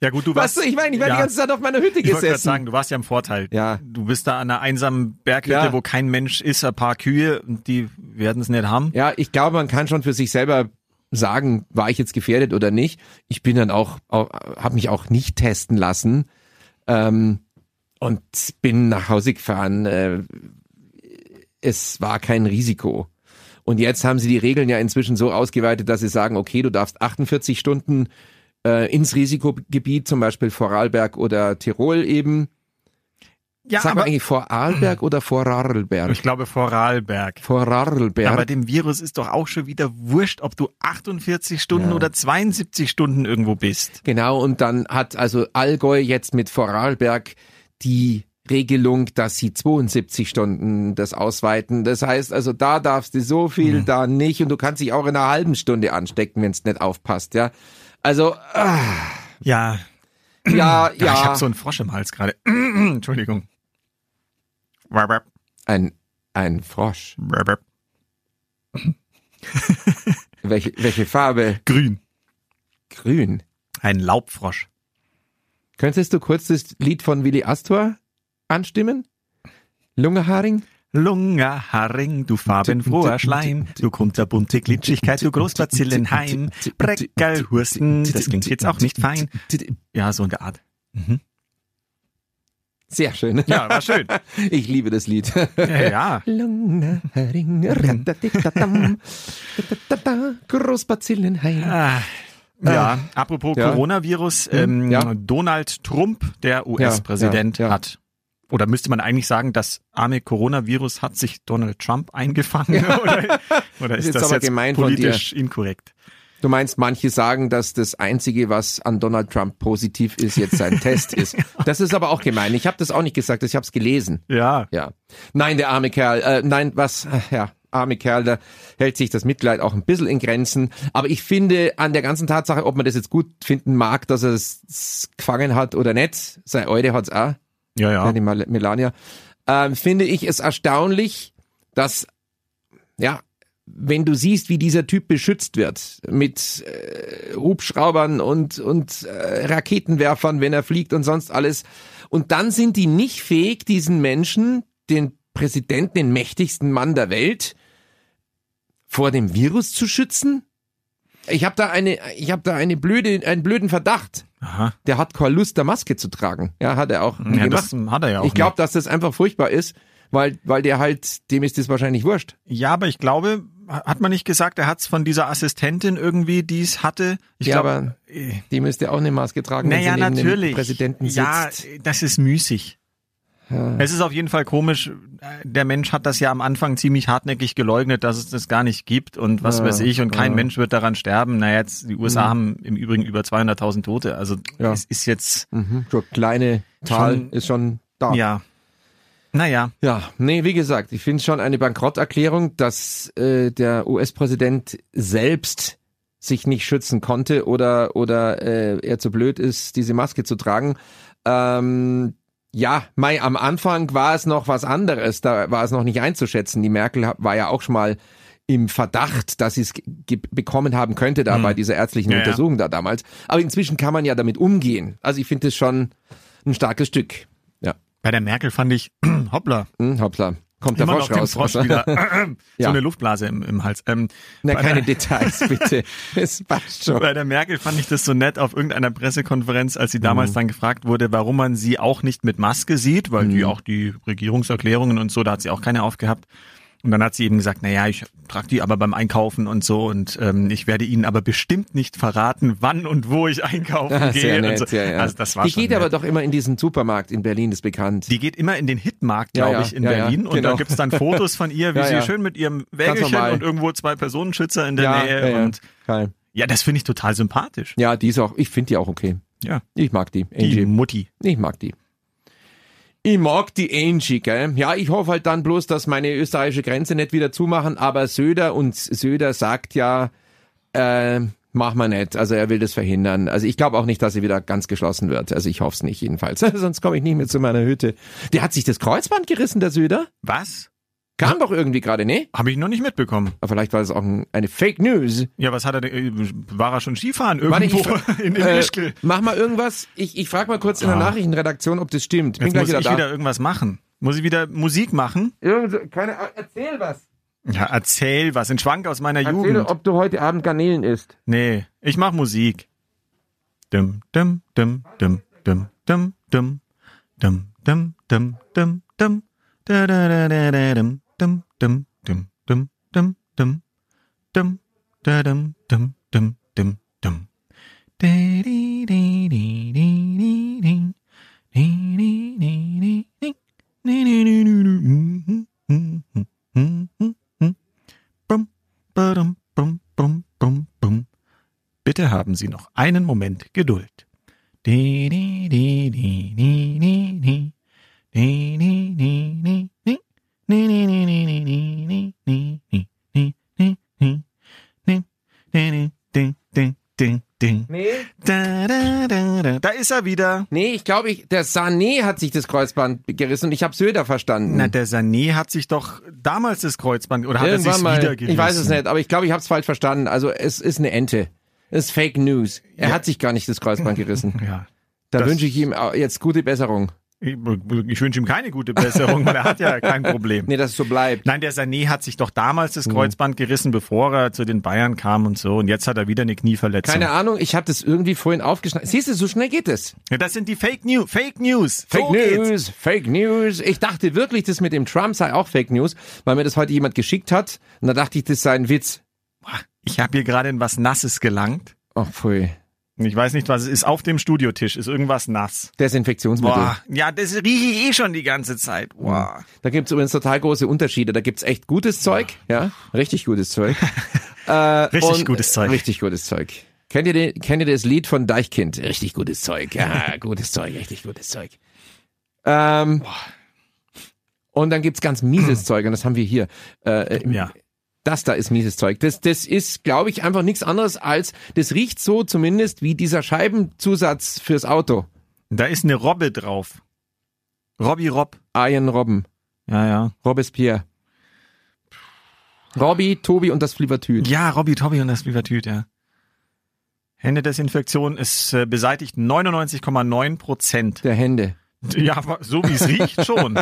Ja, gut, du
was
warst.
du, ich meine, ich war
ja,
die ganze Zeit auf meiner Hütte
ich wollte gerade
gesessen.
sagen, du warst ja im Vorteil.
Ja.
Du bist da an einer einsamen Berghütte,
Ja.
wo kein Mensch ist, ein paar Kühe, und die werden es nicht haben.
Ja, ich glaube, man kann schon für sich selber sagen, war ich jetzt gefährdet oder nicht. Ich bin dann auch, auch habe mich auch nicht testen lassen ähm, und bin nach Hause gefahren. Äh, es war kein Risiko. Und jetzt haben sie die Regeln ja inzwischen so ausgeweitet, dass sie sagen, okay, du darfst 48 Stunden äh, ins Risikogebiet, zum Beispiel Vorarlberg oder Tirol eben.
Ja,
Sag mal
aber
eigentlich Vorarlberg oder Vorarlberg?
ich glaube Vorarlberg.
Vorarlberg.
Aber dem Virus ist doch auch schon wieder wurscht, ob du 48 Stunden
Ja.
oder 72 Stunden irgendwo bist.
Genau, und dann hat also Allgäu jetzt mit Vorarlberg die Regelung, dass sie 72 Stunden das ausweiten. Das heißt also, da darfst du so
Mhm.
viel, da nicht. Und du kannst dich auch in einer halben Stunde anstecken, wenn es nicht aufpasst, ja. Also, ah,
Ja,
ja,
[CLEARS THROAT] Ja. Ich
ja.
habe so einen Frosch im Hals gerade. [CLEARS THROAT] Entschuldigung. Wap, wap,
ein, ein Frosch.
wap, wap.
Welche, welche Farbe?
Grün.
Grün.
Ein Laubfrosch.
Könntest du kurz das Lied von Willi Astor anstimmen? Lungeharing?
lunger Haring, du farbenfroher Schleim, du kunterbunte Glitschigkeit, du Großbazillenheim, Breckerlhursten, das klingt jetzt auch nicht fein. Ja, so in der Art.
Sehr schön.
Ja, war [LAUGHS] schön.
[LAUGHS] Ich liebe das Lied.
Ja, ja.
Lange Heringe, ratatitatadam, tatatata, Großbazillenheim.
Ah, Ja, apropos
Ja. Hm?
Coronavirus, ähm,
Ja.
Donald Trump, der US-Präsident,
ja, ja.
hat. Oder müsste man eigentlich sagen, das arme Coronavirus hat sich Donald Trump eingefangen? Oder, oder
ist
ist
jetzt
das
aber
jetzt
gemein von
politisch inkorrekt?
Du meinst, manche sagen, dass das Einzige, was an Donald Trump positiv ist, jetzt sein Test ist. Das ist aber auch gemein. Ich habe das auch nicht gesagt, ich habe es gelesen.
Ja,
Ja. Nein, der arme Kerl. Äh, nein, was? Ach Ja, arme Kerl, da hält sich das Mitleid auch ein bisschen in Grenzen. Aber ich finde an der ganzen Tatsache, ob man das jetzt gut finden mag, dass er es gefangen hat oder nicht, sei Eude hat's auch,
ja, ja.
ja. Ne, die Mal- Melania, ähm, finde ich es erstaunlich, dass, ja, wenn du siehst, wie dieser Typ beschützt wird mit äh, Hubschraubern und, und äh, Raketenwerfern, wenn er fliegt und sonst alles. Und dann sind die nicht fähig, diesen Menschen, den Präsidenten, den mächtigsten Mann der Welt, vor dem Virus zu schützen? Ich habe da eine, ich habe da eine blöde, einen blöden Verdacht.
Aha.
Der hat keine Lust, der Maske zu tragen. Ja, hat er auch.
ja
gemacht.
das hat er ja auch.
Ich glaube, dass das einfach furchtbar ist, weil, weil der halt, dem ist das wahrscheinlich wurscht.
nicht. Ja, aber ich glaube, hat man nicht gesagt, er hat es von dieser Assistentin irgendwie, die es hatte? Ich
Ja,
glaube, äh,
Die müsste auch eine Maske tragen,
naja,
wenn sie neben dem
natürlich.
Präsidenten sitzt.
ja, äh das ist müßig. Es ist auf jeden Fall komisch. äh, Der Mensch hat das ja am Anfang ziemlich hartnäckig geleugnet, dass es das gar nicht gibt und was weiß ich und kein Mensch wird daran sterben. Naja, jetzt, die USA haben im Übrigen über 200.000 Tote. Also
Ja.
es ist jetzt,
Mhm. So kleine Tal
Schon-
ist schon da.
ja, naja,
Ja, nee, wie gesagt, ich finde schon eine Bankrotterklärung, dass äh, der US-Präsident selbst sich nicht schützen konnte oder oder äh, er zu blöd ist, diese Maske zu tragen. Ähm, ja, Mai, am Anfang war es noch was anderes, da war es noch nicht einzuschätzen. Die Merkel ha- war ja auch schon mal im Verdacht, dass sie es ge- bekommen haben könnte da bei dieser ärztlichen
Mhm. Ja, ja.
Untersuchung da damals. Aber inzwischen kann man ja damit umgehen. Also ich finde es schon ein starkes Stück. Ja,
bei der Merkel fand ich, [CLEARS THROAT] hoppla,
hm, hoppla, kommt der
immer
Frosch
noch den
raus.
Frosch [LAUGHS] wieder. [CLEARS THROAT] So
Ja.
eine Luftblase im, im Hals. Ähm,
Na,
bei
keine
der- [LAUGHS]
Details, bitte. Es passt schon.
Bei der Merkel fand ich das so nett auf irgendeiner Pressekonferenz, als sie
Mhm.
damals dann gefragt wurde, warum man sie auch nicht mit Maske sieht, weil
Mhm.
die auch die Regierungserklärungen und so, da hat sie auch keine aufgehabt. Und dann hat sie eben gesagt, naja, ich trage die aber beim Einkaufen und so und ähm, ich werde Ihnen aber bestimmt nicht verraten, wann und wo ich einkaufen
Ah,
gehe.
sehr
und
nett,
so.
ja, ja.
Also das war
die
schon
geht
nett.
aber doch immer in diesen Supermarkt in Berlin, ist bekannt.
die geht immer in den Hitmarkt,
Ja,
glaube
ja,
ich, in
ja, ja,
Berlin. Und
genau.
da gibt's dann Fotos
[LAUGHS]
von ihr, wie
Ja,
sie
ja.
schön mit ihrem
normal.
Wägelchen und irgendwo zwei Personenschützer in der
ja,
Nähe.
ja, ja.
Und
Geil.
ja, das finde ich total sympathisch.
ja, die ist auch, ich finde die auch okay.
Ja.
Ich mag die,
Die
Angie.
Mutti.
Ich mag die. Ich mag die Angie, gell? Ja, ich hoffe halt dann bloß, dass meine österreichische Grenze nicht wieder zumachen, aber Söder und Söder sagt ja, äh, mach mal nicht. Also er will das verhindern. Also ich glaube auch nicht, dass sie wieder ganz geschlossen wird. Also ich hoffe es nicht jedenfalls. [LAUGHS] Sonst komme ich nicht mehr zu meiner Hütte. Der hat sich das Kreuzband gerissen, der Söder.
Was?
Kam doch irgendwie gerade, ne?
Habe ich noch nicht mitbekommen.
Aber vielleicht war das auch ein, eine Fake News.
Ja, was hat er denn? äh, War er schon Skifahren
Warte,
irgendwo
ich-
[LAUGHS] in, in
äh,
Ischgl?
mach mal irgendwas. Ich, ich frage mal kurz in der
Ah.
Nachrichtenredaktion, ob das stimmt. Bin
Jetzt
gleich
muss
wieder
ich
da.
wieder irgendwas machen. Muss ich wieder Musik machen?
Irgend, keine, Ah- erzähl was.
Ja, erzähl was. Ein Schwank aus meiner
Erzähl,
Jugend.
ob du heute Abend Garnelen isst.
Nee, ich mach Musik. Dum, dum, dum, dum, dum, dum, dum, dum, dum, dum, dum, dum, da, da, da, da, da, dum, dum, dum, dum, dum, dum, dum, dum, da, dum, dum, dum, dum, dum. Di, di, di, di, di, di, di. Di, di, di, di, di. Di, di, di, di, di. Mhm, mhm, mhm, mhm, mhm. Bum, badum, bum, bum, bum, bum. Bitte haben Sie noch einen Moment Geduld. Di, di, di, di, di, di, di. Di, di, di, di, di. Ni, ni, ni, ni, ni, ni, ni, ni, ni, ni, ni, ni. Ni, ni, ni, ding, ding, ding, ding.
Nee.
Da, da, da, da. Da ist er wieder.
Nee, ich glaube, ich, der Sané hat sich das Kreuzband gerissen und ich habe Söder verstanden.
Na, der Sané hat sich doch damals das Kreuzband oder hat er
Irgendwann
sich's
mal.
wieder gerissen?
Ich weiß es nicht, aber ich glaube, ich habe es falsch verstanden. Also es ist eine Ente. Es ist
[LAUGHS]
Fake News. Er hat sich gar nicht das Kreuzband gerissen.
Ja.
Da
Das-
wünsche ich ihm äh, jetzt gute Besserung.
Ich, ich wünsche ihm keine gute Besserung, weil er hat ja kein Problem.
Nee, dass es so bleibt.
Nein, der Sané hat sich doch damals das Kreuzband gerissen, bevor er zu den Bayern kam und so. Und jetzt hat er wieder eine Knieverletzung.
Keine Ahnung, ich habe das irgendwie vorhin aufgeschnitten. Siehst du, so schnell geht es.
Ja, das sind die Fake News. Fake News.
Fake
so geht's.
News, Fake News. Ich dachte wirklich, das mit dem Trump sei auch Fake News, weil mir das heute jemand geschickt hat. Und da dachte ich, das sei ein Witz.
Boah, Ich habe hier gerade in was Nasses gelangt.
Oh, pfui.
Ich weiß nicht, was es ist. Auf dem Studiotisch ist irgendwas nass.
Desinfektionsmittel.
Boah, ja, das rieche ich eh schon die ganze Zeit. Boah.
Da gibt's übrigens total große Unterschiede. Da gibt's echt gutes Zeug, ja, richtig gutes
[LAUGHS]
Zeug. äh,
Richtig
und-
gutes Zeug.
Richtig gutes Zeug. Kennt ihr, den, kennt ihr das Lied von Deichkind? Richtig gutes Zeug.
[LAUGHS]
Ja, gutes Zeug, richtig gutes Zeug. Ähm, und dann gibt's ganz
[CLEARS THROAT]
mieses Zeug, und das haben wir hier. Äh, äh,
Ja.
Das da ist mieses Zeug. Das, das ist, glaube ich, einfach nichts anderes als, das riecht so zumindest wie dieser Scheibenzusatz fürs Auto.
Da ist eine Robbe drauf. Robby Rob.
Iron Robben.
Ja, ja.
Robespierre. Robby, Tobi und das Flivertü.
Ja, Robby, Tobby und das Bivatüt, ja. Händedesinfektion ist äh, beseitigt 99,9 Prozent.
Der Hände.
Ja, aber so wie es
[LAUGHS]
riecht schon.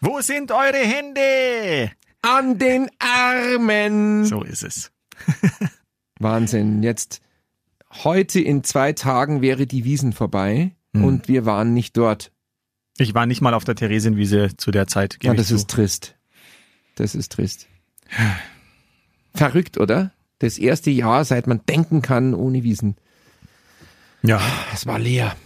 Wo sind eure Hände?
An den Armen.
So ist es.
Wahnsinn. Jetzt, heute in zwei Tagen wäre die Wiesen vorbei
Hm.
und wir waren nicht dort.
Ich war nicht mal auf der Theresienwiese zu der Zeit. gebe
Ja,
ich
das
zu.
ist trist. Das ist trist. Verrückt, oder? Das erste Jahr, seit man denken kann, ohne Wiesen.
ja.
Es war leer.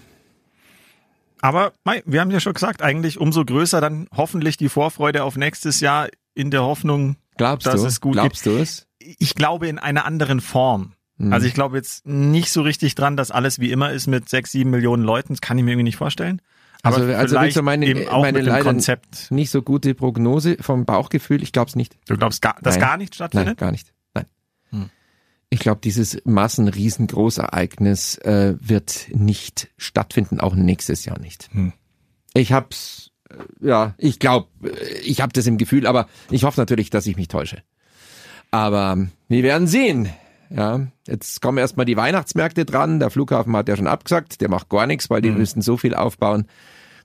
Aber mei, wir haben ja schon gesagt, eigentlich umso größer dann hoffentlich die Vorfreude auf nächstes Jahr in der Hoffnung,
Glaubst
Dass
du?
es gut
Glaubst du es?
ich glaube in einer anderen Form.
Hm.
Also ich glaube jetzt nicht so richtig dran, dass alles wie immer ist mit sechs, sieben Millionen Leuten. Das kann ich mir irgendwie nicht vorstellen. Aber
Also- also willst du
vielleicht
meine-
eben auch
meine
mit dem
leider-
Konzept.
Nicht so gute Prognose vom Bauchgefühl. Ich glaub's nicht.
Du glaubst, gar, dass
Nein.
gar nichts
Nein,
stattfindet?
gar nicht. Nein.
Hm.
Ich glaube, dieses Massenriesengroßereignis äh, wird nicht stattfinden, auch nächstes Jahr nicht.
Hm.
Ich hab's, äh, ja, ich glaube, ich habe das im Gefühl, aber ich hoffe natürlich, dass ich mich täusche. Aber ähm, wir werden sehen. Ja, jetzt kommen erstmal die Weihnachtsmärkte dran. Der Flughafen hat ja schon abgesagt, der macht gar nichts, weil
Hm.
die müssten so viel aufbauen,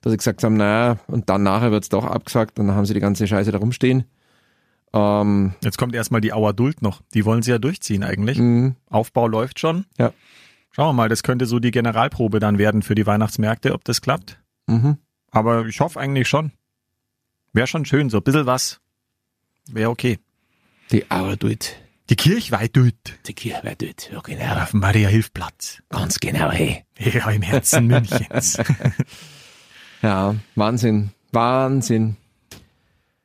dass sie gesagt haben, naja, und dann nachher wird's doch abgesagt und dann haben sie die ganze Scheiße da rumstehen. Ähm,
Jetzt kommt erstmal die Auerduld noch. Die wollen sie ja durchziehen eigentlich.
mh,
Aufbau läuft schon.
Mhm. Ja.
Schauen wir mal, das könnte so die Generalprobe dann werden für die Weihnachtsmärkte, ob das klappt.
mhm.
Aber ich hoffe eigentlich schon. Wäre schon schön, so ein bisschen was. Wäre okay.
Die Auer tut,
Die Kirchweih tut.
die Kirche tut, ja genau,
Auf dem Maria Hilfplatz.
ganz genau, hey.
Ja, im
[LAUGHS]
Herzen Münchens.
Ja, Wahnsinn, Wahnsinn.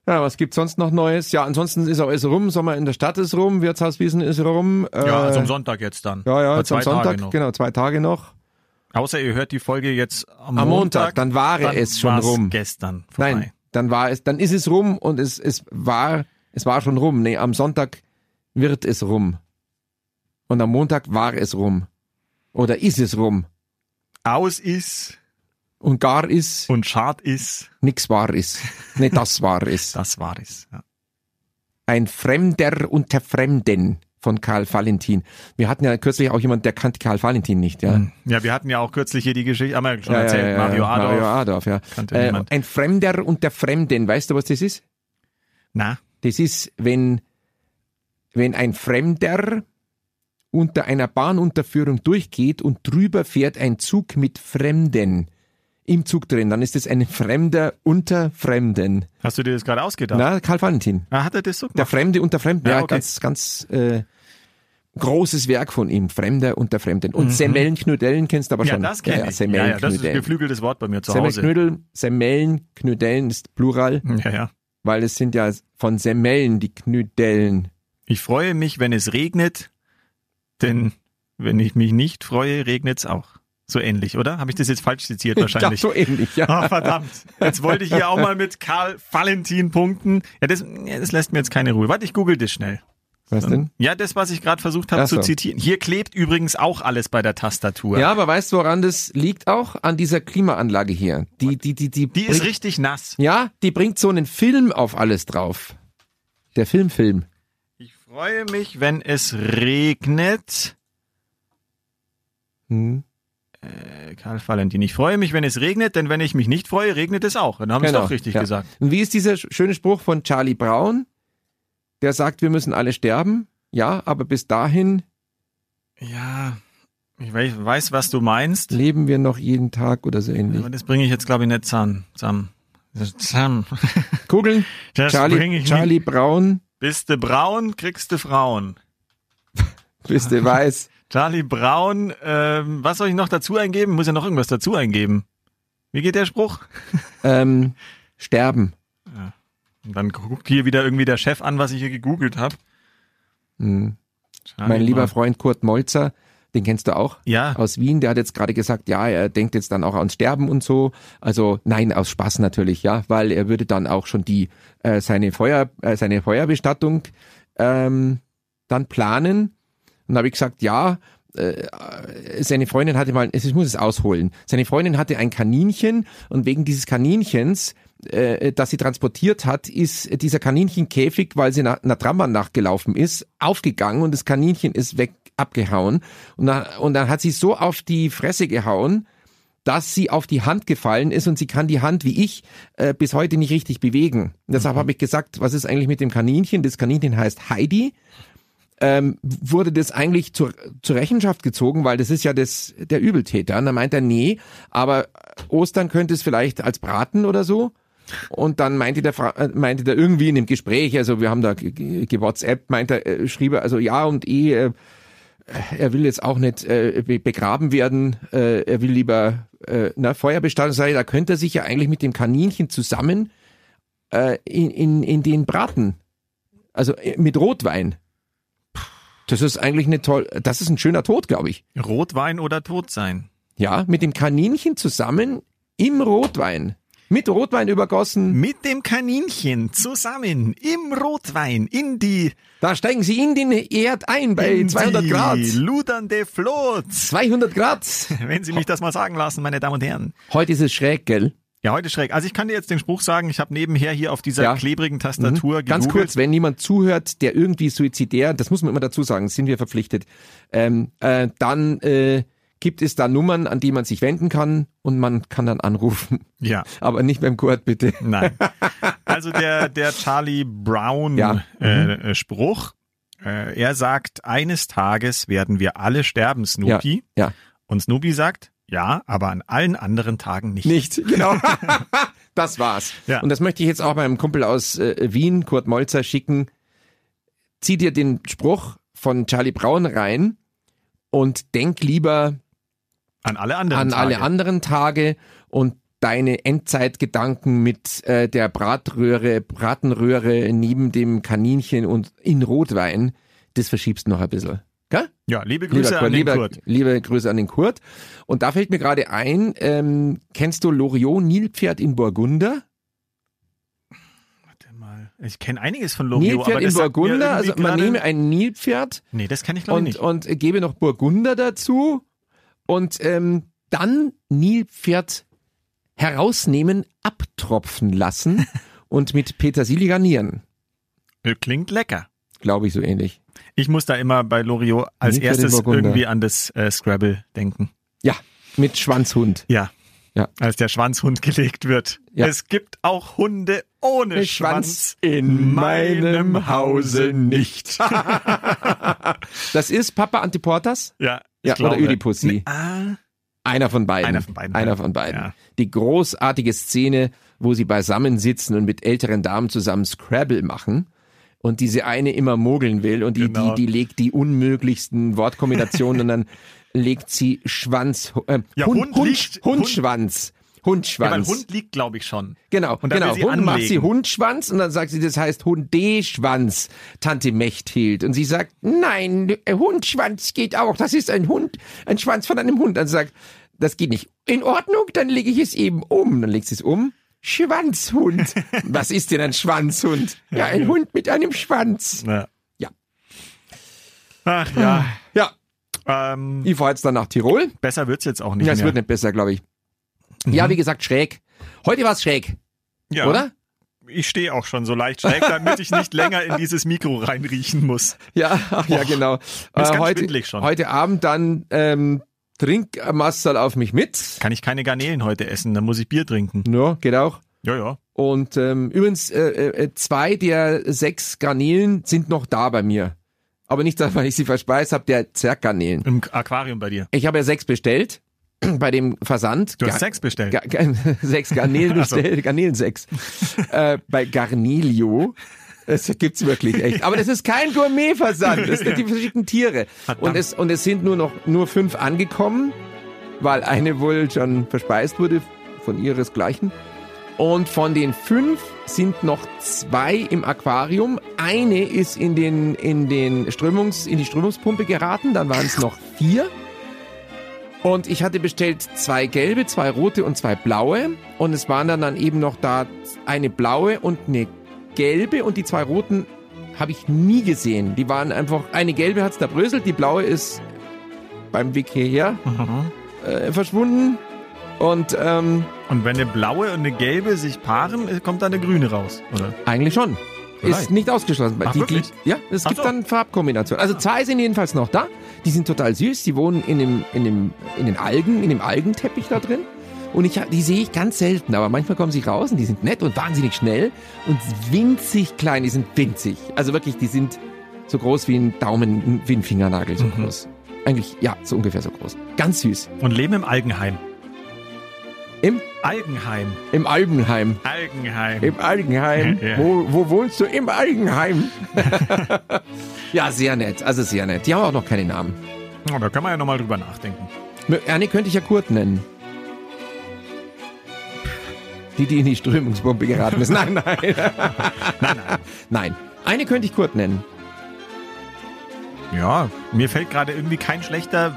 Ja, was gibt's sonst noch Neues? Ja, ansonsten ist auch alles rum, Sommer in der Stadt ist rum, Wirtshauswiesen ist rum. Äh,
Ja, also am Sonntag jetzt dann.
ja, ja,
Oder
jetzt am
zwei Tage
Sonntag,
noch.
genau, zwei Tage noch.
Außer ihr hört die Folge jetzt am,
Am Montag, dann war
Dann
es schon
war's
rum.
gestern vorbei.
Nein, dann war es, dann ist es rum und es, es war, es war schon rum. Nee, am Sonntag wird es rum. Und am Montag war es rum. Oder ist es rum.
Aus ist
Und gar ist,
und schad ist,
nix war ist. Nee, das war es.
das war es. Ja.
Ein Fremder unter Fremden von Karl Valentin. Wir hatten ja kürzlich auch jemand, der kannte Karl Valentin nicht, ja.
Mhm. ja, wir hatten ja auch kürzlich hier die Geschichte, haben wir ja Hm. schon
ja,
erzählt,
ja, ja,
Mario
ja.
Adolf.
Mario Adolf, ja.
Kannte
Äh,
niemand.
ein Fremder unter Fremden, weißt du, was das ist?
Na,
Das ist, wenn, wenn ein Fremder unter einer Bahnunterführung durchgeht und drüber fährt ein Zug mit Fremden im Zug drin, dann ist es ein Fremder unter Fremden.
hast du dir das gerade ausgedacht?
Na, Karl Valentin.
Na, hat er das so
Der
gemacht?
Fremde unter Fremden. Ja,
Ja, Ah, okay.
ganz, ganz äh, großes Werk von ihm. Fremder unter Fremden. Und Semmelnknödeln kennst du aber
Mhm. ja,
schon.
das kenne ich. Ja, ja, das ist ein
Semmelnknödeln.
geflügeltes Wort bei mir zu Hause. Mhm.
Semmelknödeln, Semmelnknödeln ist Plural,
Ja, ja.
weil es sind ja von Semmeln die Knödeln.
Ich freue mich, wenn es regnet, denn wenn ich mich nicht freue, regnet's auch. So ähnlich, oder? Habe ich das jetzt falsch zitiert wahrscheinlich? [LAUGHS]
Ja, so ähnlich, ja. [LAUGHS]
Ah, verdammt. Jetzt wollte ich hier auch mal mit Karl Valentin punkten. Ja, das, ja, das lässt mir jetzt keine Ruhe. Warte, ich google das schnell.
Was denn?
Ja, das, was ich gerade versucht habe
Ach
zu
so.
zitieren. Hier klebt übrigens auch alles bei der Tastatur.
Ja, aber weißt du, woran das liegt auch? An dieser Klimaanlage hier. Die, die, die, die,
Die ist
bringt,
richtig nass.
Ja, die bringt so einen Film auf alles drauf. Der Filmfilm.
Ich freue mich, wenn es regnet.
Hm.
äh, Karl Valentin, ich freue mich, wenn es regnet, denn wenn ich mich nicht freue, regnet es auch. Dann haben wir es doch richtig
Genau. ja.
gesagt.
Und wie ist dieser sch- schöne Spruch von Charlie Brown, der sagt, wir müssen alle sterben? Ja, aber bis dahin
Ja, ich we- weiß, was du meinst,
leben wir noch jeden Tag oder so ähnlich.
aber das bringe ich jetzt, glaube ich, nicht zusammen. Zusammen. Zusammen. [LAUGHS]
Kugeln,
Das bringe
Charlie,
ich
Charlie Brown,
nicht. Bist du braun, kriegst du Frauen.
bist du weiß.
Charlie Brown, ähm, was soll ich noch dazu eingeben? Muss ja noch irgendwas dazu eingeben. Wie geht der Spruch?
Ähm, sterben.
Und dann guckt hier wieder irgendwie der Chef an, was ich hier gegoogelt habe.
Hm. Mein lieber Freund Kurt Molzer, den kennst du auch
Ja,
aus Wien, der hat jetzt gerade gesagt, ja, er denkt jetzt dann auch ans Sterben und so. Also nein, aus Spaß natürlich, ja, weil er würde dann auch schon die äh, seine Feuer äh, seine Feuerbestattung ähm, dann planen. Und da habe ich gesagt, ja, äh, seine Freundin hatte mal, ich muss es ausholen. Seine Freundin hatte ein Kaninchen und wegen dieses Kaninchens, äh, das sie transportiert hat, ist dieser Kaninchenkäfig, weil sie nach einer Trambahn nachgelaufen ist, aufgegangen und das Kaninchen ist weg abgehauen. Und dann, und dann hat sie so auf die Fresse gehauen, dass sie auf die Hand gefallen ist und sie kann die Hand, wie ich, äh, bis heute nicht richtig bewegen. Und deshalb habe ich gesagt, was ist eigentlich mit dem Kaninchen? Das Kaninchen heißt Heidi. Ähm, wurde das eigentlich zur, zur Rechenschaft gezogen, weil das ist ja das, der Übeltäter. Und dann meint er, nee, aber Ostern könnte es vielleicht als Braten oder so. Und dann meinte der, Fra- äh, meinte der irgendwie in dem Gespräch, also wir haben da ge- ge- gewhatsappt, meinte, er, äh, schrieb er, also ja und eh, äh, er will jetzt auch nicht äh, be- begraben werden, äh, er will lieber äh, na, Feuerbestattung sein, da könnte er sich ja eigentlich mit dem Kaninchen zusammen äh, in, in, in den Braten, also äh, mit Rotwein. Das ist eigentlich eine toll, das ist ein schöner Tod, glaube ich.
Rotwein oder tot sein.
Ja, mit dem Kaninchen zusammen im Rotwein. Mit Rotwein übergossen.
Mit dem Kaninchen zusammen im Rotwein in die,
Da steigen sie in den Erd ein bei
in
200
die
Grad.
ludernde Flut.
200 Grad.
Wenn Sie mich das mal sagen lassen, meine Damen und Herren.
Heute ist es schräg, gell?
Ja, heute schräg. Also ich kann dir jetzt den Spruch sagen, ich habe nebenher hier auf dieser
Ja.
klebrigen Tastatur
Mhm. Ganz
gegoogelt.
kurz, wenn jemand zuhört, der irgendwie suizidär, das muss man immer dazu sagen, sind wir verpflichtet, ähm, äh, dann äh, gibt es da Nummern, an die man sich wenden kann und man kann dann anrufen.
Ja.
Aber nicht beim Kurt, bitte.
Nein. Also der, der Charlie Brown
Ja. Mhm.
äh, äh, Spruch, äh, er sagt, eines Tages werden wir alle sterben, Snoopy.
Ja, ja.
Und Snoopy sagt, ja, aber an allen anderen Tagen nicht.
Nicht, genau. [LAUGHS] das war's.
Ja.
Und das möchte ich jetzt auch meinem Kumpel aus äh, Wien, Kurt Molzer, schicken. Zieh dir den Spruch von Charlie Brown rein und denk lieber
An alle anderen
an
Tage.
alle anderen Tage und deine Endzeitgedanken mit äh, der Bratröhre, Bratenröhre neben dem Kaninchen und in Rotwein, das verschiebst du noch ein bisschen. Gell?
Ja, liebe Grüße an den
lieber,
Kurt.
liebe Grüße an den Kurt. Und da fällt mir gerade ein, ähm, kennst du Loriot Nilpferd in Burgunder?
Warte mal. Ich kenne einiges von Loriot, aber
Nilpferd
das
in
sagt mir
Burgunder,
irgendwie
also man
gerade-
nehme ein Nilpferd
Nee, das kenne ich glaube ich
und,
nicht.
und gebe noch Burgunder dazu und ähm, dann Nilpferd herausnehmen, abtropfen
[LAUGHS]
lassen und mit Petersilie garnieren.
Klingt lecker.
Glaube ich so ähnlich.
Ich muss da immer bei Loriot als
Nilpferd in
erstes
Burgunder.
irgendwie an das äh, Scrabble denken.
Ja, mit Schwanzhund.
Ja.
Ja.
Als der Schwanzhund gelegt wird.
Ja.
Es gibt auch Hunde ohne Schwanz,
in
meinem Hause
nicht. [LAUGHS] das ist Papa Antiportas
Ja. ich
ja, oder
glaube.
Ödipussi.
Ah,
Einer von beiden.
Einer von beiden.
Einer von beiden.
Ja.
Die großartige Szene, wo sie beisammen sitzen und mit älteren Damen zusammen Scrabble machen und diese eine immer mogeln will und die,
Genau.
die, die legt die unmöglichsten Wortkombinationen und
[LAUGHS]
dann legt sie Schwanz, äh,
Ja,
Hund,
Hund
Hund,
liegt- Hund-
Hundschwanz.
ja, weil
Hundschwanz.
Hund liegt, glaube ich, schon.
Genau,
Und dann
genau.
will sie
Hund macht
anlegen.
sie Hundschwanz und dann sagt sie, das heißt Hundeschwanz, Tante Mechthild. Und sie sagt, nein, äh, Hundschwanz geht auch. Das ist ein Hund, ein Schwanz von einem Hund. Dann sagt, das geht nicht. In Ordnung, dann lege ich es eben um. Dann legt sie es um.
[LAUGHS]
Schwanzhund. Was ist denn ein Schwanzhund? Ja, ein Hund mit einem Schwanz.
Ja.
Ja.
Ach ja.
Ja,
ähm,
ich fahre jetzt dann nach Tirol.
besser wird's jetzt auch nicht
Ja, es
mehr. Mhm.
wird nicht besser, glaube ich. Ja, wie gesagt, schräg. Heute war es schräg,
ja.
oder?
Ich stehe auch schon so leicht schräg, damit ich nicht länger in dieses Mikro reinriechen muss.
Ja, ach ja, genau.
ist ganz
heute,
schwindelig schon.
heute Abend dann ähm, trink ein Masserl auf mich mit.
Kann ich keine Garnelen heute essen, dann muss ich Bier trinken.
Ja, geht auch.
Ja, ja.
Und ähm, übrigens, äh, äh, zwei der sechs Garnelen sind noch da bei mir. Aber nicht, [LAUGHS] weil ich sie verspeist habe, der Zerggarnelen.
Im Aquarium bei dir.
Ich habe ja sechs bestellt [CLEARS THROAT] bei dem Versand.
Du
Ga-
hast Sex bestellt.
Ga Ga- [LAUGHS] sechs Garnelen
Ach so.
bestellt, Garnelen
[LAUGHS]
sechs. äh, bei Garnelio. Das gibt's wirklich echt. Aber das ist kein Gourmetversand. Das sind die verschiedenen Tiere. Und es, und es sind nur noch nur fünf angekommen, weil eine wohl schon verspeist wurde von ihresgleichen. Und von den fünf sind noch zwei im Aquarium. Eine ist in den in den Strömungs in die Strömungspumpe geraten. Dann waren es noch vier. Und ich hatte bestellt zwei gelbe, zwei rote und zwei blaue. Und es waren dann, dann eben noch da eine blaue und eine gelbe. Und die zwei roten habe ich nie gesehen. Die waren einfach, eine gelbe hat's da bröselt, die blaue ist beim Weg hierher äh, verschwunden. Und ähm,
Und wenn eine blaue und eine gelbe sich paaren, äh, kommt dann eine grüne raus, oder?
eigentlich schon.
Vielleicht.
Ist nicht ausgeschlossen.
Ach,
die,
wirklich?
die- ja, es
Ach
gibt
so.
dann Farbkombinationen. Also zwei sind jedenfalls noch da. Die sind total süß. Die wohnen in dem, in dem, in den Algen, in dem Algenteppich da drin. Und ich, hab- die sehe ich ganz selten, aber manchmal kommen sie raus und die sind nett und wahnsinnig schnell und winzig klein. Die sind winzig. Also wirklich, die sind so groß wie ein Daumen, wie ein Fingernagel so
Mhm.
groß. Eigentlich, ja, so ungefähr so groß. Ganz süß.
Und leben im Algenheim.
Im?
Algenheim.
Im Algenheim.
Algenheim.
Im [LAUGHS] Algenheim.
Ja.
Wo, wo wohnst du? Im Algenheim. [LAUGHS] ja, sehr nett. Also sehr nett. Die haben auch noch keine Namen.
Oh, da kann man ja nochmal drüber nachdenken.
Mö- Ernie könnte ich ja Kurt nennen. Die, die in die Strömungspumpe geraten ist. Nein, nein. nein, nein. Nein. Eine könnte ich Kurt nennen.
Ja, mir fällt gerade irgendwie kein schlechter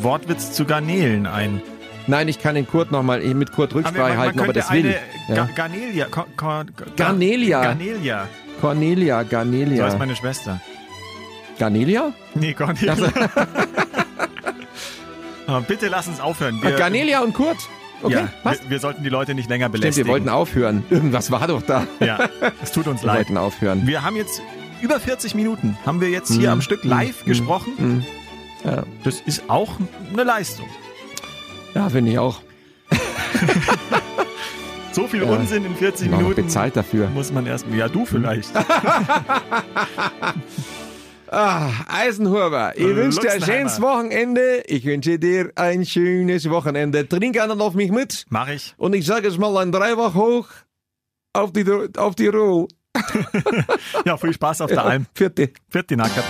Wortwitz zu Garnelen ein.
Nein, ich kann den Kurt nochmal mit Kurt
Aber
Rücksprache halten, ob er
könnte
das will.
eine Ga
Ja.
Garnelia. Ko Ko Ga-
Garnelia.
Garnelia.
Cornelia,
So
Garnelia.
heißt meine Schwester.
Garnelia?
Nee, Garnelia. [LAUGHS] Ah, Bitte lass uns aufhören. Wir,
Ah, Garnelia und Kurt? Okay,
ja,
passt.
Wir, wir sollten die Leute nicht länger
Stimmt,
belästigen.
wir wollten aufhören. Irgendwas war doch da.
Ja, es tut uns
Wir
leid.
wollten aufhören.
Wir haben jetzt über 40 Minuten, haben wir jetzt
Mhm.
hier am Stück live gesprochen.
Ja.
Das ist auch eine Leistung.
Ja, finde ich auch.
So viel
Ja.
Unsinn in 40
War auch
Minuten
bezahlt dafür.
muss man erst. Ja,
Mhm.
du vielleicht.
Ah, Eisenhuber, ich wünsche dir ein
Luxenheimer.
schönes Wochenende. Ich wünsche dir ein schönes Wochenende. Trink einen auf mich mit.
Mach ich.
Und ich sage es mal ein Dreifach hoch auf die, auf die Ruhe.
Ja, viel Spaß
[LAUGHS]
auf der Alm.
Vierte.
Vierte Nacker.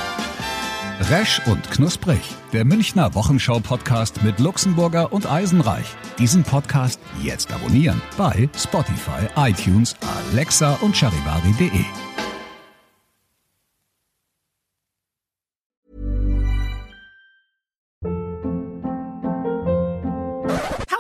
Resch und knusprig. Der Münchner Wochenschau-Podcast mit Luxemburger und Eisenreich. Diesen Podcast jetzt abonnieren bei Spotify, iTunes, Alexa und charivari.de.